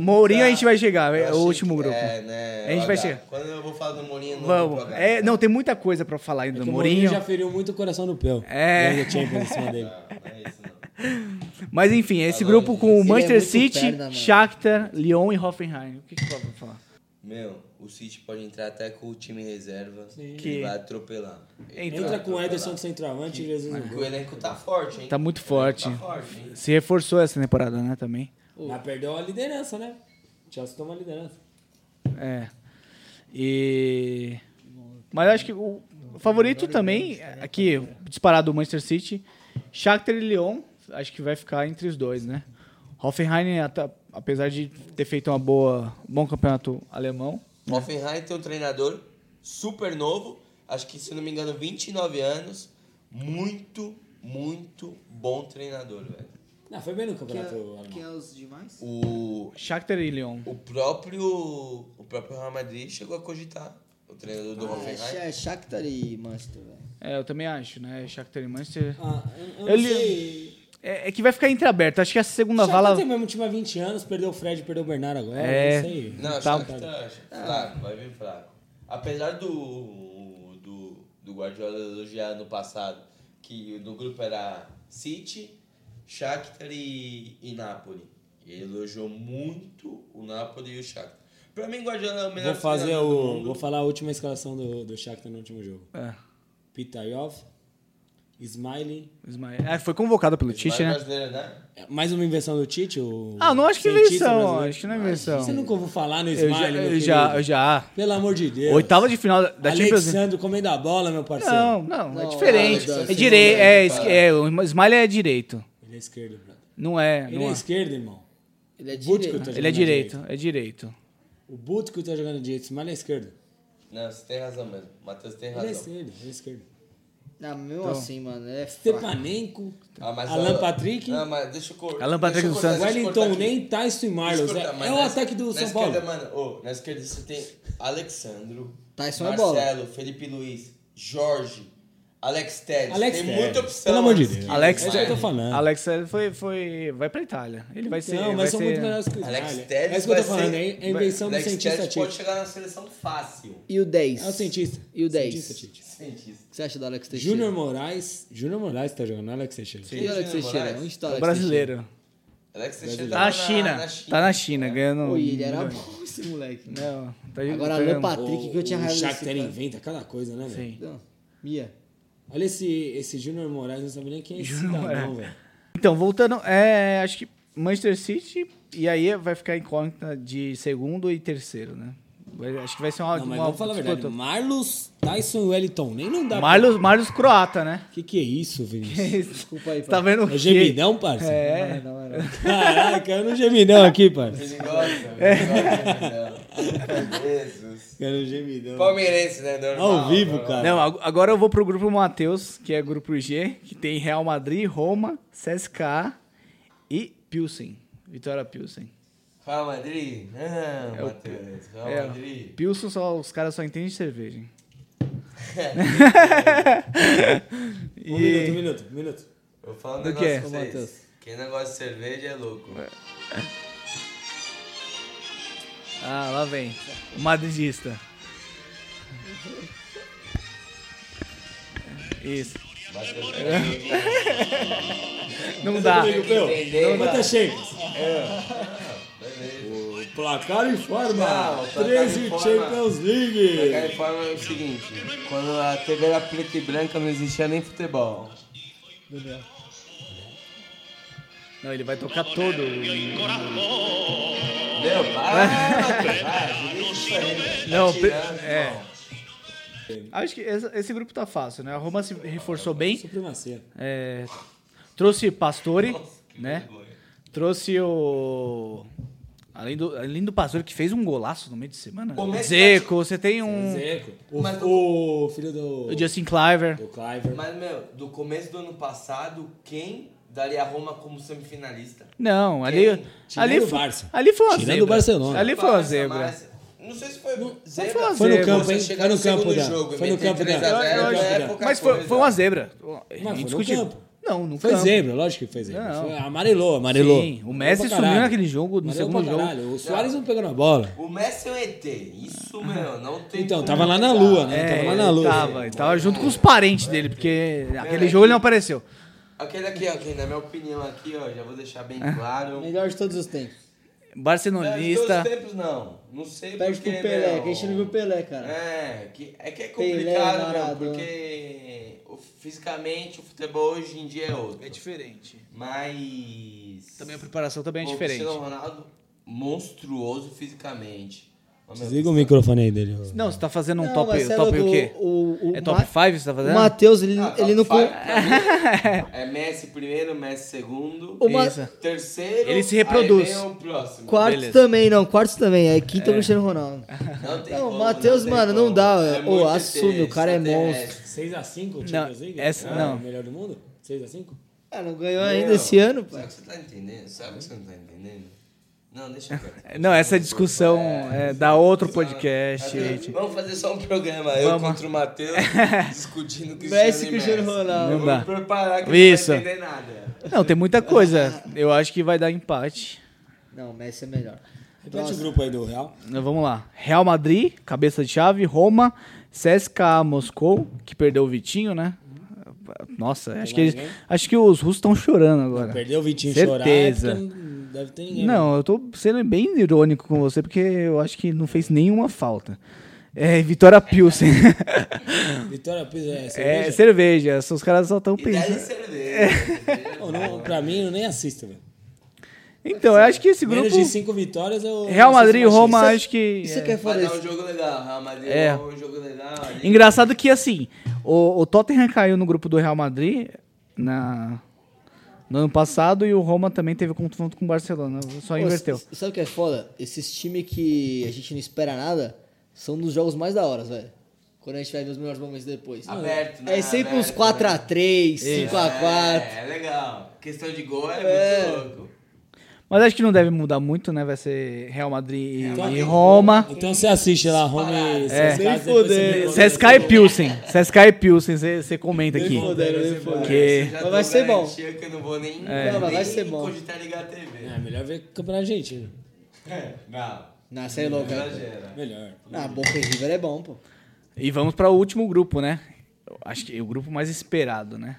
B: Mourinho a gente vai chegar, é
D: Eu
B: o
D: achei
B: último
D: que-
B: grupo.
D: É, né?
B: A gente
D: o
B: vai
D: H.
B: chegar.
D: Quando eu vou falar do Mourinho, não
B: Vamos.
D: vou tá. Ah,
B: É, não, tem muita coisa pra falar ainda
A: É Que
B: do
A: o
B: Mourinho.
A: já feriu muito o coração do Pel.
B: É.
A: Ganhando Champions em cima dele.
D: Não é isso, não.
B: Mas enfim, esse
D: Falando
B: grupo com o
C: disso,
B: Manchester
C: ele é muito
B: City,
C: perna, mano.
B: Shakhtar, Lyon e Hoffenheim. O que que dá pra falar?
D: Meu, o City pode entrar até com o time reserva.
B: Que-
D: Que vai atropelar. Ele
B: Entra
D: vai
A: Entra com o
D: atropelar.
A: Ederson de centroavante e Jesus no
D: Porque
A: gol.
D: O elenco tá forte, hein?
B: Tá muito
D: O elenco
B: forte.
D: Tá forte, hein?
B: Se reforçou essa temporada, né, também.
A: Mas perdeu a liderança, né? O Chelsea toma a liderança.
B: É. E mas eu acho que o favorito também aqui, disparado o Manchester City, Shakhtar e Lyon, acho que vai ficar entre os dois, né? Hoffenheim, ata- apesar de ter feito uma boa, um bom campeonato alemão,
D: Hoffenheim tem um treinador super novo, acho que se não me engano 29 anos, muito, muito bom treinador, velho.
A: Não, foi bem no campeonato
C: Quem
A: alemão.
C: é os demais?
D: O,
B: Shakhtar e Lyon.
D: o próprio o próprio Real Madrid chegou a cogitar o treinador
A: Ah,
D: do
C: É,
D: Hoffenheim.
C: Sha- Shakhtar e Manchester, velho.
B: É, eu também acho, né? Shakhtar e Manchester.
A: Ah, eu, eu
B: Eu
A: não
B: li-
A: sei.
B: É, é que vai ficar entreaberto. Acho que essa segunda
A: Shakhtar
B: vala.
A: tem mesmo time há 20 anos, perdeu o Fred, perdeu o Bernardo agora.
B: É.
A: É. Não sei.
D: Não,
B: Tá.
D: tá. Shakhtar, fraco, vai vir fraco. Apesar do, do, do Guardiola elogiar no passado que no grupo era City, Shakhtar e, e Napoli. Ele elogiou muito o Napoli e o Shakhtar. Pra mim, Guardiola é o melhor
A: Vou fazer
D: treinador do
A: o.
D: mundo.
A: Vou falar a última escalação do, do Shakhtar no último jogo.
B: É,
A: Pitayov, Smiley.
B: Ismael. É, foi convocado pelo Tite,
D: Vai
B: né?
D: brasileiro, né?
A: É, Mais uma invenção do Tite? o
B: Ah, não acho que
A: cientista
B: invenção.
A: brasileiro?
B: Acho que não é invenção.
A: Você nunca ouviu falar no
B: Eu já,
A: Smiley, meu
B: eu já,
A: querido?
B: eu já.
A: Pelo amor de Deus.
B: Oitava de final da- da Champions League.
A: Alexandre comendo a bola, meu parceiro.
B: Não, não, é
C: Não,
B: diferente.
C: Alex,
B: É
C: você
B: direito, é,
D: não deve,
B: es-
D: cara.
B: é, o Smiley é direito.
A: Ele é esquerdo, brother.
B: Não é,
A: Ele
B: não
A: é
B: é.
A: esquerdo, irmão.
C: Ele é
A: Butker
C: direito.
A: tá
B: Ele é
A: jogando
B: direito, é direito.
A: O Butker tá jogando direito, Smiley é esquerdo.
D: Não, você tem razão mesmo. Matheus tem
A: Ele é
D: razão.
A: esquerdo, ele é esquerdo.
C: Ah, mesmo assim, mano, ele é fraco.
A: Stepanenko,
D: Ah, mas
A: Alan
D: a-
A: Patrick,
D: Não, mas deixa eu cor-
B: Alan
D: deixa eu
B: Patrick do
D: cortar,
B: Santos.
D: deixa eu cortar
A: Wellington,
D: aqui.
A: nem Tyson e Marlos.
D: Escuta,
A: É,
D: mas
A: é o
D: na-
A: ataque do
D: na
A: São Paulo.
D: Esquerda, é mano, ô, na esquerda você tem Alexandro,
C: Tyson é bola.
D: Marcelo, Felipe Luiz, Jorge, Alex Telles.
A: Alex
D: tem
A: Telles,
D: muita opção. assim.
A: pelo amor de
D: na
A: Deus.
D: esquerda,
B: Alex,
A: É isso que eu tô
D: mano.
A: falando.
B: Alex é, foi, foi, vai pra Itália. Ele vai ser.
A: Não,
B: vai
A: mas são
B: ser-
A: muito melhores que o
D: Alex
A: Smiley.
D: Telles
A: É isso que eu tô
D: vai
A: falando, é
D: ser-
A: a invenção do
D: Alex
A: cientista
D: Telles pode
A: Tite.
D: chegar na seleção fácil.
C: E o 10?
A: É o cientista.
C: E o 10?
A: Cientista Tite.
D: Cientista.
C: O que você acha do Alex Teixeira?
A: Júnior Moraes. Júnior Moraes tá jogando, não é Alex Teixeira.
C: E o Alex
D: Júnior
C: Teixeira?
D: Moraes.
C: Onde está o
B: É O
C: Alex
B: brasileiro.
D: Alex Teixeira
B: Tá na
D: na, É.
B: China. Tá na China, ganhando.
C: Teixeira? Oi, ele era bom esse moleque. né? mano.
B: Não, tá
C: Agora,
B: tá
C: Alan
B: ganhando.
A: O-
C: Patrick, que eu tinha
A: o
C: raiva desse
A: Shakhtar
C: cara.
A: inventa cada coisa, né, velho?
B: Sim.
C: Não, Mia.
A: Olha esse, esse Júnior Moraes, não sabe nem quem é esse
B: Júnior
A: cidadão,
B: Moraes.
A: velho.
B: Então, voltando, é, acho que Manchester City, e aí vai ficar incógnita de segundo e terceiro, né? Vai- acho que vai ser uma.
A: Não, mas
B: uma
A: vamos falar a verdade.
B: disputa.
A: Marlos, Tyson e Wellington. Nem não dá
B: Marlos, Marlos Croata, né?
A: pra... Que que é isso, Vinícius?
C: Desculpa aí,
B: tá
C: pai.
B: vendo o
A: É
B: quê?
A: gemidão, parceiro?
B: É.
C: Não, não, não.
A: Caralho, caiu no gemidão aqui, parceiro.
D: Ele gosta, ele gosta. né, Jesus.
C: é um
A: Caiu no gemidão.
D: Palmeirense, né? normal,
A: Ao vivo,
D: normal.
A: cara.
B: Não, ag- agora eu vou pro grupo Matheus, que é grupo G, que tem Real Madrid, Roma, CSKA e Pilsen. Vitória Pilsen.
D: Real Madrid? Não, Matheus. Real
B: É,
D: Madrid.
B: Pilsen só os caras só entendem de cerveja. hein?
A: Um minuto, um minuto, um minuto.
D: Eu vou falar um
B: Do
D: negócio
B: quê?
D: pra vocês. Quem não gosta de cerveja é louco.
B: Ah, lá vem. O madridista. Isso. Não dá.
A: Europeu, Mata Champions.
C: É.
A: O placar em
D: Não,
A: forma.
D: o placar
A: 13
D: em forma.
A: Champions
D: A
A: League.
D: Califórnia é o seguinte, quando a TV era preta e branca não existia nem futebol.
B: Não, ele vai tocar todo.
D: Entendeu? Para, para, isso aí.
B: Não,
D: Tá
B: pe-
D: tirando,
B: é.
D: irmão.
B: Acho que esse esse grupo tá fácil, né? A Roma se reforçou bem.
A: Supremacia.
B: É, trouxe Pastore,
D: Que
B: né?
D: vergonha.
B: Trouxe o. Além do, além do Pastore, que fez um golaço no meio de semana.
D: O Messi
B: Zeco, você tem um.
A: Zeco.
D: Mas-
A: O, o filho do...
B: O Justin Cliver.
A: Do Cliver.
D: Mas, meu, do começo do ano passado, quem daria a Roma como semifinalista?
B: Não, ali.
A: Tirando
B: Ali
A: o
B: foi,
A: Barça.
B: ali foi uma
A: Tirando
B: zebra.
A: o Barcelona.
B: Ali foi uma
D: Barça,
B: zebra.
D: Barça. Não sei se foi zebra.
B: foi uma
A: Foi
B: Zé,
A: no campo,
D: você
A: hein?
D: chegar
A: Foi no
D: no
A: campo
D: segundo
A: da.
D: jogo e
A: Foi no
D: meter
A: campo
D: 3 a
B: Eu-
A: da.
D: zero.
B: eu
D: Era
B: acho-
D: da época,
B: Mas foi,
D: coisa.
B: foi uma zebra.
A: no
B: Indiscutível.
A: campo.
B: Não, não
A: Foi
B: foi.
A: zebra, lógico que foi zebra.
B: Não.
A: Foi- amarelou, amarelou.
B: Sim, o Messi
A: Amarelou pra
B: sumiu
A: caralho.
B: naquele jogo, no
A: Amarelou
B: segundo
A: pra
B: jogo.
A: caralho. O Soares não pegou na bola.
D: O Messi é um ET. Isso, meu, não tem
A: Então,
D: como
A: tava lá na
D: negar.
A: lua, né?
B: É,
A: tava lá na
B: ele
A: lua.
B: tava, ele tava junto com os parentes dele, porque aquele jogo ele não
D: É,
B: apareceu.
D: Aquele aqui, ó, que na minha opinião aqui, ó, já vou deixar bem
B: É.
D: claro.
C: Melhor de todos os tempos.
B: Barcelonista.
D: Não, de todos os tempos, não. Não sei
C: Perde pro
D: porque,
C: Pelé,
D: meu,
C: que a gente não viu o Pelé, cara.
D: É, que, é que é
C: Pelé,
D: complicado, meu,
C: Maradona.
D: porque o- fisicamente o futebol hoje em dia é outro.
B: diferente.
D: Mas...
B: Também a preparação também é
D: Pô,
B: diferente.
D: Cristiano Ronaldo, monstruoso fisicamente. Ô, meu,
A: Desliga o microfone aí dele. ô.
B: Não, você tá fazendo um
C: Não,
B: top,
C: mas é
B: top
C: louco,
B: o quê?
C: o- o
B: é
C: Ma-
B: top 5 você tá
C: O
B: fazendo?
C: Matheus, ele,
D: Ah, top
C: ele não... con-
D: five, pra mim, É Messi primeiro, Messi segundo.
C: O Ma-
B: Isso.
D: Terceiro.
B: Ele se reproduz.
D: Aí vem o próximo.
C: Quarto
B: Beleza.
C: também, não. Quarto também. É quinto é o Cristiano Ronaldo.
D: Não, tem
C: Não,
D: como,
C: Matheus,
D: tem
C: mano,
D: como.
C: não dá, é.
D: muito
C: Ô, assume, o cara é
D: extraterrestre.
A: 6x5 o
B: Não,
A: Champions League?
B: essa-
A: Ah,
B: não.
A: o Melhor do mundo? 6x5?
C: Ah, não ganhou
D: Meu,
C: ainda esse ano,
D: Sabe
C: pai.
D: o que você tá entendendo? Sabe o que você não tá entendendo? Não, deixa quieto.
B: Não, essa discussão é, dá outro
D: Vamos lá.
B: podcast,
C: é
D: Até-
B: gente.
D: Vamos fazer só um programa. Eu
B: Vamos.
D: contra o Matheus discutindo Cristiano
C: Messi
D: e
C: e Cristiano
D: Messi.
C: Ronaldo.
B: Não
D: Eu vou
B: dá.
D: me preparar que Isso.
B: Isso.
D: não vai entender nada.
B: Não, tem muita coisa. Eu acho que vai dar empate.
C: Não, Messi é melhor.
A: Repete o grupo aí do Real.
B: Vamos lá. Real Madrid, cabeça de chave, Roma, CSKA Moscou, que perdeu o Vitinho, né? Nossa, acho que, eles- acho que os russos estão chorando agora.
A: Perdeu o Vitinho
B: Certeza.
A: chorar. é porque não Deve ter ninguém.
B: Não, eu tô sendo bem irônico com você, porque eu acho que não fez nenhuma falta. É, Vitória Pilsen.
A: Vitória Pisa é
B: é,
A: cerveja?
B: cerveja. Os caras só estão
D: E daí
B: pensando.
C: É.
D: cerveja.
A: Não, não, pra mim, eu nem assisto, velho.
B: Então, eu acho que esse grupo...
A: Menos de cinco vitórias, eu...
B: Real Madrid e
A: assisto
B: Roma,
A: mais.
B: acho que...
C: Isso
B: é.
C: aqui é fora
D: Vai dar um
C: desse.
D: jogo legal. Real Madrid
B: É.
D: é um jogo legal. ali.
B: Engraçado que, assim, o, o Tottenham caiu no grupo do Real Madrid na, no ano passado e o Roma também teve confronto com o Barcelona. Só
C: Pô,
B: inverteu.
C: s- Sabe o que é foda? Esses times que a gente não espera nada são um dos jogos mais da hora, velho. Quando a gente vai ver os melhores momentos depois.
D: Aberto, né?
C: É sempre uns
D: Aberto,
C: 4x3,
D: né?
C: 5x4.
D: É, é legal. Questão de gol é,
C: É.
D: muito louco.
B: Mas acho que não deve mudar muito, né? Vai ser Real Madrid e,
D: Madrid
B: e
D: e
B: Roma.
A: Então você assiste lá, Roma e CSKA,
B: É.
C: Nem
A: depois você
C: fudendo.
A: me conta.
B: CSKA e Pilsen. CSKA e Pilsen, você comenta aqui.
C: Fodendo, né, fodendo.
B: Que- É.
D: Eu já
C: Mas
D: tô
C: vai ser bom.
D: garantia Que eu não vou nem,
C: Não, mas vai
D: nem
C: ser bom.
D: cogitar ligar a TV.
A: É melhor ver Campeonato Argentino.
D: É, Não,
C: Não, sai logo, cara.
D: exagera.
A: Melhor.
C: Ah, Boca e River é bom, pô.
B: E vamos para o último grupo, né? Eu Acho que é o grupo mais esperado, né?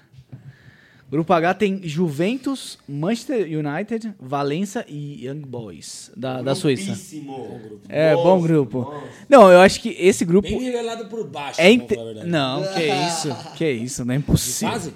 B: Grupo H tem Juventus, Manchester United, Valença e Young Boys, da, da Suíça.
D: Grupíssimo.
B: É, bom
D: Nossa,
B: grupo.
D: nossa.
B: Não, eu acho que esse grupo
A: Bem nivelado por baixo,
B: é.
A: é
B: inte-
A: pra falar a verdade.
B: Não, que isso. Que isso, não é
A: De
B: impossível.
A: fase?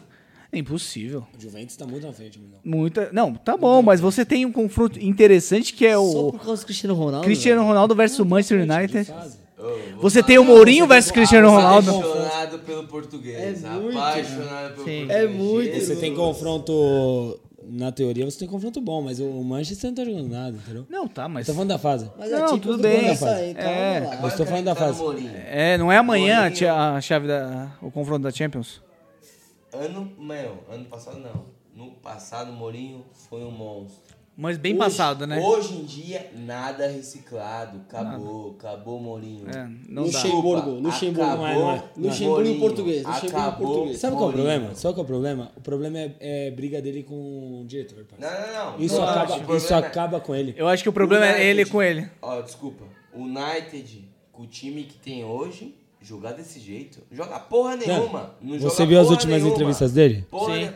B: É impossível.
A: O Juventus tá muito na frente, Milão.
B: Muita. Não, tá bom, mas você tem um confronto interessante que é
C: Só
B: o
C: por causa do Cristiano Ronaldo.
B: Cristiano
C: velho.
B: Ronaldo né? versus Manchester
A: De
B: United.
A: fase.
D: Ô,
B: Ah, Você tem o Mourinho versus Cristiano Ronaldo. Ah,
D: Apaixonado pelo português.
C: É muito,
D: apaixonado pelo
B: Sim.
D: português.
C: É muito.
A: Você tem confronto. Na teoria, você tem confronto bom, mas o Manchester não tá jogando nada, entendeu?
B: Não, tá, mas.
A: Tá falando da fase.
C: Mas
B: Não,
C: é tipo
B: tudo
C: do
B: bem.
C: Vanessa aí, então
B: É.
C: vamos lá.
A: Mas tô falando da
D: Tá no
A: fase.
D: Mourinho.
B: É, não é amanhã a,
D: Mourinho.
B: tia- a chave da. o confronto da Champions?
D: Ano, meu, ano passado não. No passado, o Mourinho foi um monstro.
B: Mas bem
D: Hoje-
B: passado, né?
D: Hoje em dia, nada reciclado. Acabou, acabou o Mourinho.
B: É, não dá.
C: Luxemburgo. Luxemburgo,
D: acabou
A: não é, não é.
D: Mourinho.
C: Luxemburgo português, Luxemburgo
D: Acabou
C: português.
A: Sabe qual é o
D: Mourinho.
A: problema? Sabe qual é o problema? O problema é, é briga dele com o diretor, parceiro.
D: Não, não, não.
A: Isso,
D: Não, o
A: acaba,
D: problema
A: isso
D: é-
A: acaba com ele.
B: Eu acho que o problema é
D: United.
B: ele com ele.
D: Ó, desculpa. United, com o time que tem hoje, jogar desse jeito. Joga porra nenhuma. Não joga
A: Você viu as
D: porra
A: últimas
D: nenhuma.
A: entrevistas dele?
D: Porra,
B: Sim.
D: né?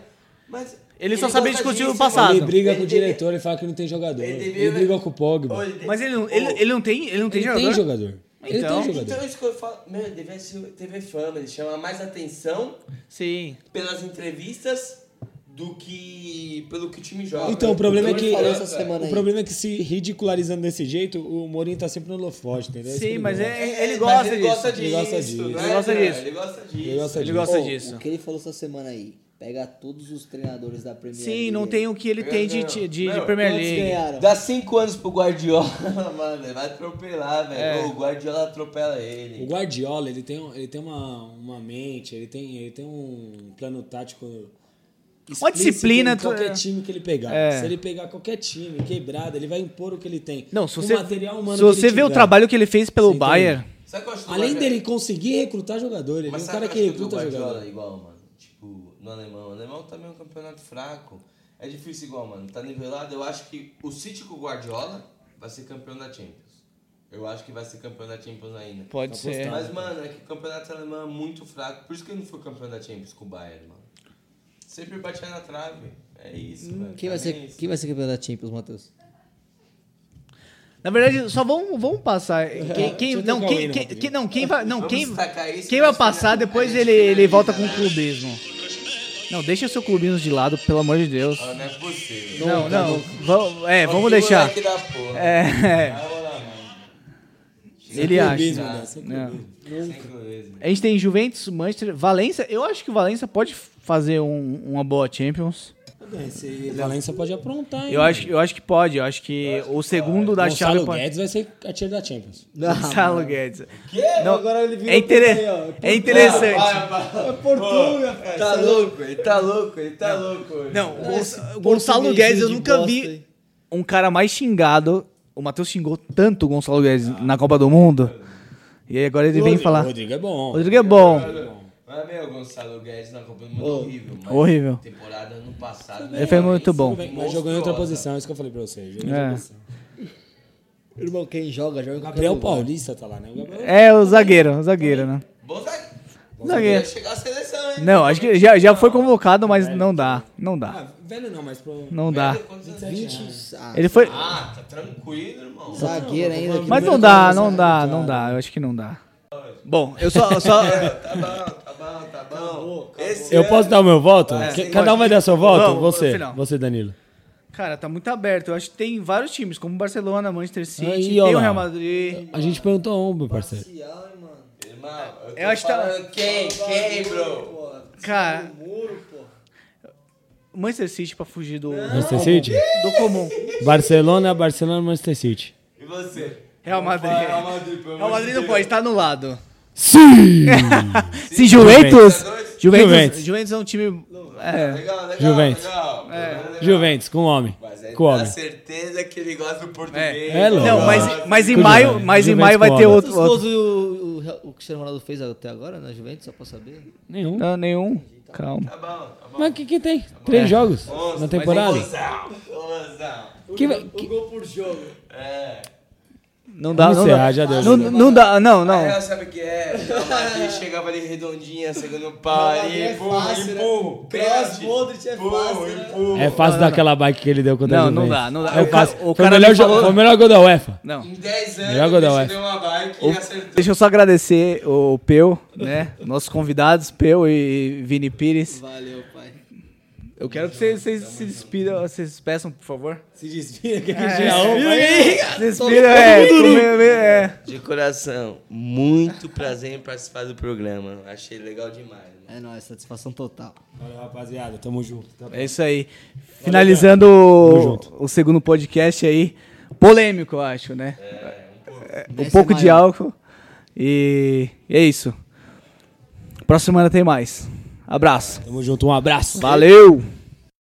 D: Mas
B: Ele só sabia
D: gosta
B: discutir o
D: disso,
B: passado.
A: Ele
D: mano.
A: briga com o
D: deve-
A: diretor e fala que não tem jogador. Ele,
D: deve-
A: briga com o Pogba.
D: Ou
A: Ele,
D: deve-
B: Mas ele, não-
D: Ou-
B: ele, ele não tem. Ele não tem jogador.
A: tem jogador. Ele
B: Então-
A: tem jogador.
D: Então isso que eu falo, meu, ele deve ser- teve fama, ele chama mais atenção
B: Sim.
D: pelas entrevistas do que pelo que o time joga.
A: Então, o problema é
C: Bruno
A: que.
C: falou essa semana
A: O
C: aí.
A: problema é que se ridicularizando desse jeito, o Mourinho tá sempre no holofote, entendeu? Isso que
B: Sim,
A: ele
B: mas
A: gosta.
B: é- ele,
D: mas
B: gosta
D: ele
B: disso.
D: gosta disso.
A: Ele gosta disso.
D: não
B: Ele
D: é,
B: gosta
D: cara?
B: disso.
D: Ele gosta disso.
A: Ele gosta
B: Ele
A: disso.
B: gosta
C: Ô,
B: disso.
C: O que ele falou essa semana aí? Pega todos os treinadores da Premier
B: Sim,
C: League
B: não
C: aí.
B: tem o que ele tem de,
D: Não,
B: de, de
D: não.
B: Premier
C: Quantos
B: League.
C: ganharam?
D: Dá cinco anos pro Guardiola, mano. Ele vai atropelar, velho. Ô, O Guardiola atropela ele.
A: O Guardiola, ele tem, um- ele tem uma, uma mente, ele tem, ele tem um plano tático.
B: Uma
A: explícito
B: disciplina,
A: em
B: tu-
A: qualquer
B: é.
A: time que ele pegar.
B: É.
A: Se ele pegar qualquer time quebrado, ele vai impor o que ele tem.
B: Não, se
A: O
B: você,
A: material humano
B: se
A: que ele
B: você vê o
A: tiver.
B: trabalho que ele fez pelo
A: Você entende?
B: Bayern,
D: Sabe é o que eu acho do
A: Além
D: Guardiola?
A: dele conseguir recrutar jogador, ele é
D: Mas
A: um
D: sabe
A: cara
D: o
A: que
D: eu acho do
A: recruta
D: Guardiola
A: jogador.
D: é igual, mano? Tipo, no alemão. O alemão também é um campeonato fraco. É difícil igual, mano. Tá nivelado. Eu acho que o City com o Guardiola vai ser campeão da Champions. Eu acho que vai ser campeão da Champions ainda.
B: pode
A: Tá
B: ser.
D: Mas, mano, é que o campeonato alemão é muito fraco. Por isso que ele não foi campeão da Champions com o Bayern, mano. Sempre batia na trave. É isso, velho.
C: Quem vai,
D: Pra mim é
C: ser,
D: isso.
C: quem vai ser campeão da Champions, Matheus?
B: Na verdade, só vamos, vamos passar. Quem, quem-
A: Deixa eu
B: não,
A: tocar o
B: quem,
A: hino
B: quem,
A: rapidinho.
B: quem- não, quem vai, não,
D: Vamos
B: quem,
D: destacar isso, né?
B: quem vai
D: mas
B: passar
D: finaliza-
B: depois
D: a gente
B: ele, ele
D: finaliza,
B: volta com o
D: né?
B: clubismo. Não, deixa seu clubismo de lado, pelo amor de Deus.
D: Ah, não é possível.
B: Não,
A: tá
B: não. Vamos, é, vamos
D: Que
B: deixar.
D: moleque da porra.
B: É,
D: Vai rolar, mano.
B: ele
A: Clubismo,
B: acha. É.
A: né?
D: é
A: Sem clubismo.
D: Sem clubismo.
B: A gente tem Juventus, Manchester, Valência. Eu acho que o Valência pode fazer um- uma boa Champions.
A: É, Esse Valência pode aprontar, hein?
B: Eu acho, eu acho que pode. Eu acho que o segundo da chave
A: Gonçalo
B: pode.
A: Guedes vai ser a tira da Champions.
B: Gonçalo Guedes. Não,
C: Agora ele virou
B: é, intere-
C: pra mim, ó.
B: é interessante.
D: É
C: Portuga, cara.
D: Tá louco, ele tá louco, ele tá louco. hoje.
B: Não, o Gonçalo- o
C: portuguesinho
B: Gonçalo Guedes eu
C: de
B: nunca
C: bosta
B: vi.
C: aí.
B: um cara mais xingado. O Matheus xingou tanto o Gonçalo Guedes na Copa do Mundo. E aí agora ele vem
A: Rodrigo-
B: falar.
A: Rodrigo é bom.
B: Rodrigo é bom.
D: Mas, meu, Gonçalo Guedes na Copa do Mundo é
C: Ô,
D: horrível. Mas
B: horrível.
D: Temporada ano passado. né?
B: Ele foi muito bom.
A: Tudo bem, Mas jogou em outra
D: Monstruosa.
A: posição, é isso que eu falei pra vocês. Jogou em outra
B: É.
A: posição.
C: Irmão, quem joga, joga em qualquer
A: Gabriel
C: lugar.
A: Paulista tá lá, né? O Gabriel-
B: É o zagueiro, o zagueiro, né?
D: Bom zagueiro.
B: Zagueiro.
D: Ia chegar a seleção, hein?
B: Não, acho que já, já foi convocado, mas não dá. Não
A: Ah,
B: dá.
A: velho não, mas pro...
B: Não dá.
D: Quantos anos?
C: 20 ah,
B: Ele foi.
D: Ah, tá tranquilo, irmão.
C: zagueiro ainda. que
B: Mas
C: número
B: não
C: que
B: dá, né?
C: vai
B: não
C: sair,
B: dá,
C: cara?
B: não dá. Eu acho que não dá. Bom, eu só. eu só-
D: Tá bom, tá bom, tá bom. Esse
A: Eu
D: ano-
A: posso dar o meu voto?
B: É,
A: Que-
B: sim,
A: Cada um
B: pode.
A: vai dar seu voto?
B: Vamos,
A: você,
B: final.
A: você, Danilo.
B: Cara, tá muito aberto. Eu acho que tem vários times, como Barcelona, Manchester City,
A: Aí,
B: tem
A: ó
B: o
A: lá.
B: Real Madrid.
A: A gente perguntou um, meu parceiro.
C: Social, hein, mano.
D: Irmão, eu tô
B: Eu acho que tá-
D: falando quem? Quem, bro?
B: Cara,
C: Muro, pô.
B: Manchester City pra fugir do.
A: Manchester City?
B: Do comum.
A: Barcelona, Barcelona, Manchester City.
D: E você?
B: Real Madrid.
D: Real Madrid, pelo
B: Real
D: amor
B: Madrid
D: de
B: não
D: Deus.
B: pode, tá anulado.
A: Sim!
B: Se Juventus.
D: Juventus.
B: Juventus.
A: Juventus.
B: Juventus é um time. É.
D: Legal, legal,
A: Juventus.
D: legal.
C: É.
D: Legal.
A: Juventus, com um homem.
D: Mas é
A: Com
D: com
A: homem.
D: certeza que ele gosta do português.
A: É. É louco.
B: Não, mas, mas em
A: Tudo
B: maio,
A: bem.
B: mas em
A: Juventus
B: maio vai
A: com
B: ter
A: obra.
B: outro.
C: Quantos
B: outro-
C: gols o, o, o Cristiano Ronaldo fez até agora na Juventus, só pra saber?
A: Nenhum.
B: Não, nenhum. Calma.
D: Tá bom, tá bom.
A: Mas o que, que tem?
B: É.
A: Três jogos na temporada?
D: Ozão, Ozão.
A: Que vai- que-
C: gol por jogo.
D: É.
B: Não dá, não
A: Você
B: dá.
A: acha, Deus.
B: Não, não dá, não, não.
D: Aí ela sabe o que é? A Madrid chegava ali redondinha, segundo pau,
C: Madrid
D: ali,
C: é
D: empurro,
C: fácil, né?
D: empurro.
C: Cross,
D: pênalti,
C: Modric é
D: empurro,
C: fácil, né?
D: empurro.
A: É fácil dar aquela bike que ele deu contra a
B: Não, não
A: Juventus.
B: dá, não dá.
A: É
B: O ca-
A: fácil.
B: o
A: Foi
B: cara
A: o melhor
B: me
A: jo-
B: falou-
A: foi o melhor gol da UEFA.
B: Não.
D: Em 10
A: Melhor
D: anos,
A: gol da
D: ele
A: UEFA.
D: deu uma bike e acertou.
B: Deixa eu só agradecer o Peu, né? Nossos convidados, Peu e Vini Pires.
C: Valeu, pai.
B: Eu quero que vocês, vocês se despidam, vocês se peçam, por favor.
A: Se despida que a
B: se
A: já ouve aí.
B: Se despidam, é. come- é.
D: De coração, muito prazer em participar do programa. Achei legal demais. mano.
C: É nóis, satisfação total.
A: Valeu, rapaziada. Tamo junto. Tá
B: É isso aí. Finalizando o, o segundo podcast aí. Polêmico, eu acho, né? É, um
C: Deve
B: pouco
C: ser
B: de
C: maior.
B: álcool. E é isso. Próxima semana tem mais. Abraço.
A: Tamo junto. Um abraço.
B: Valeu!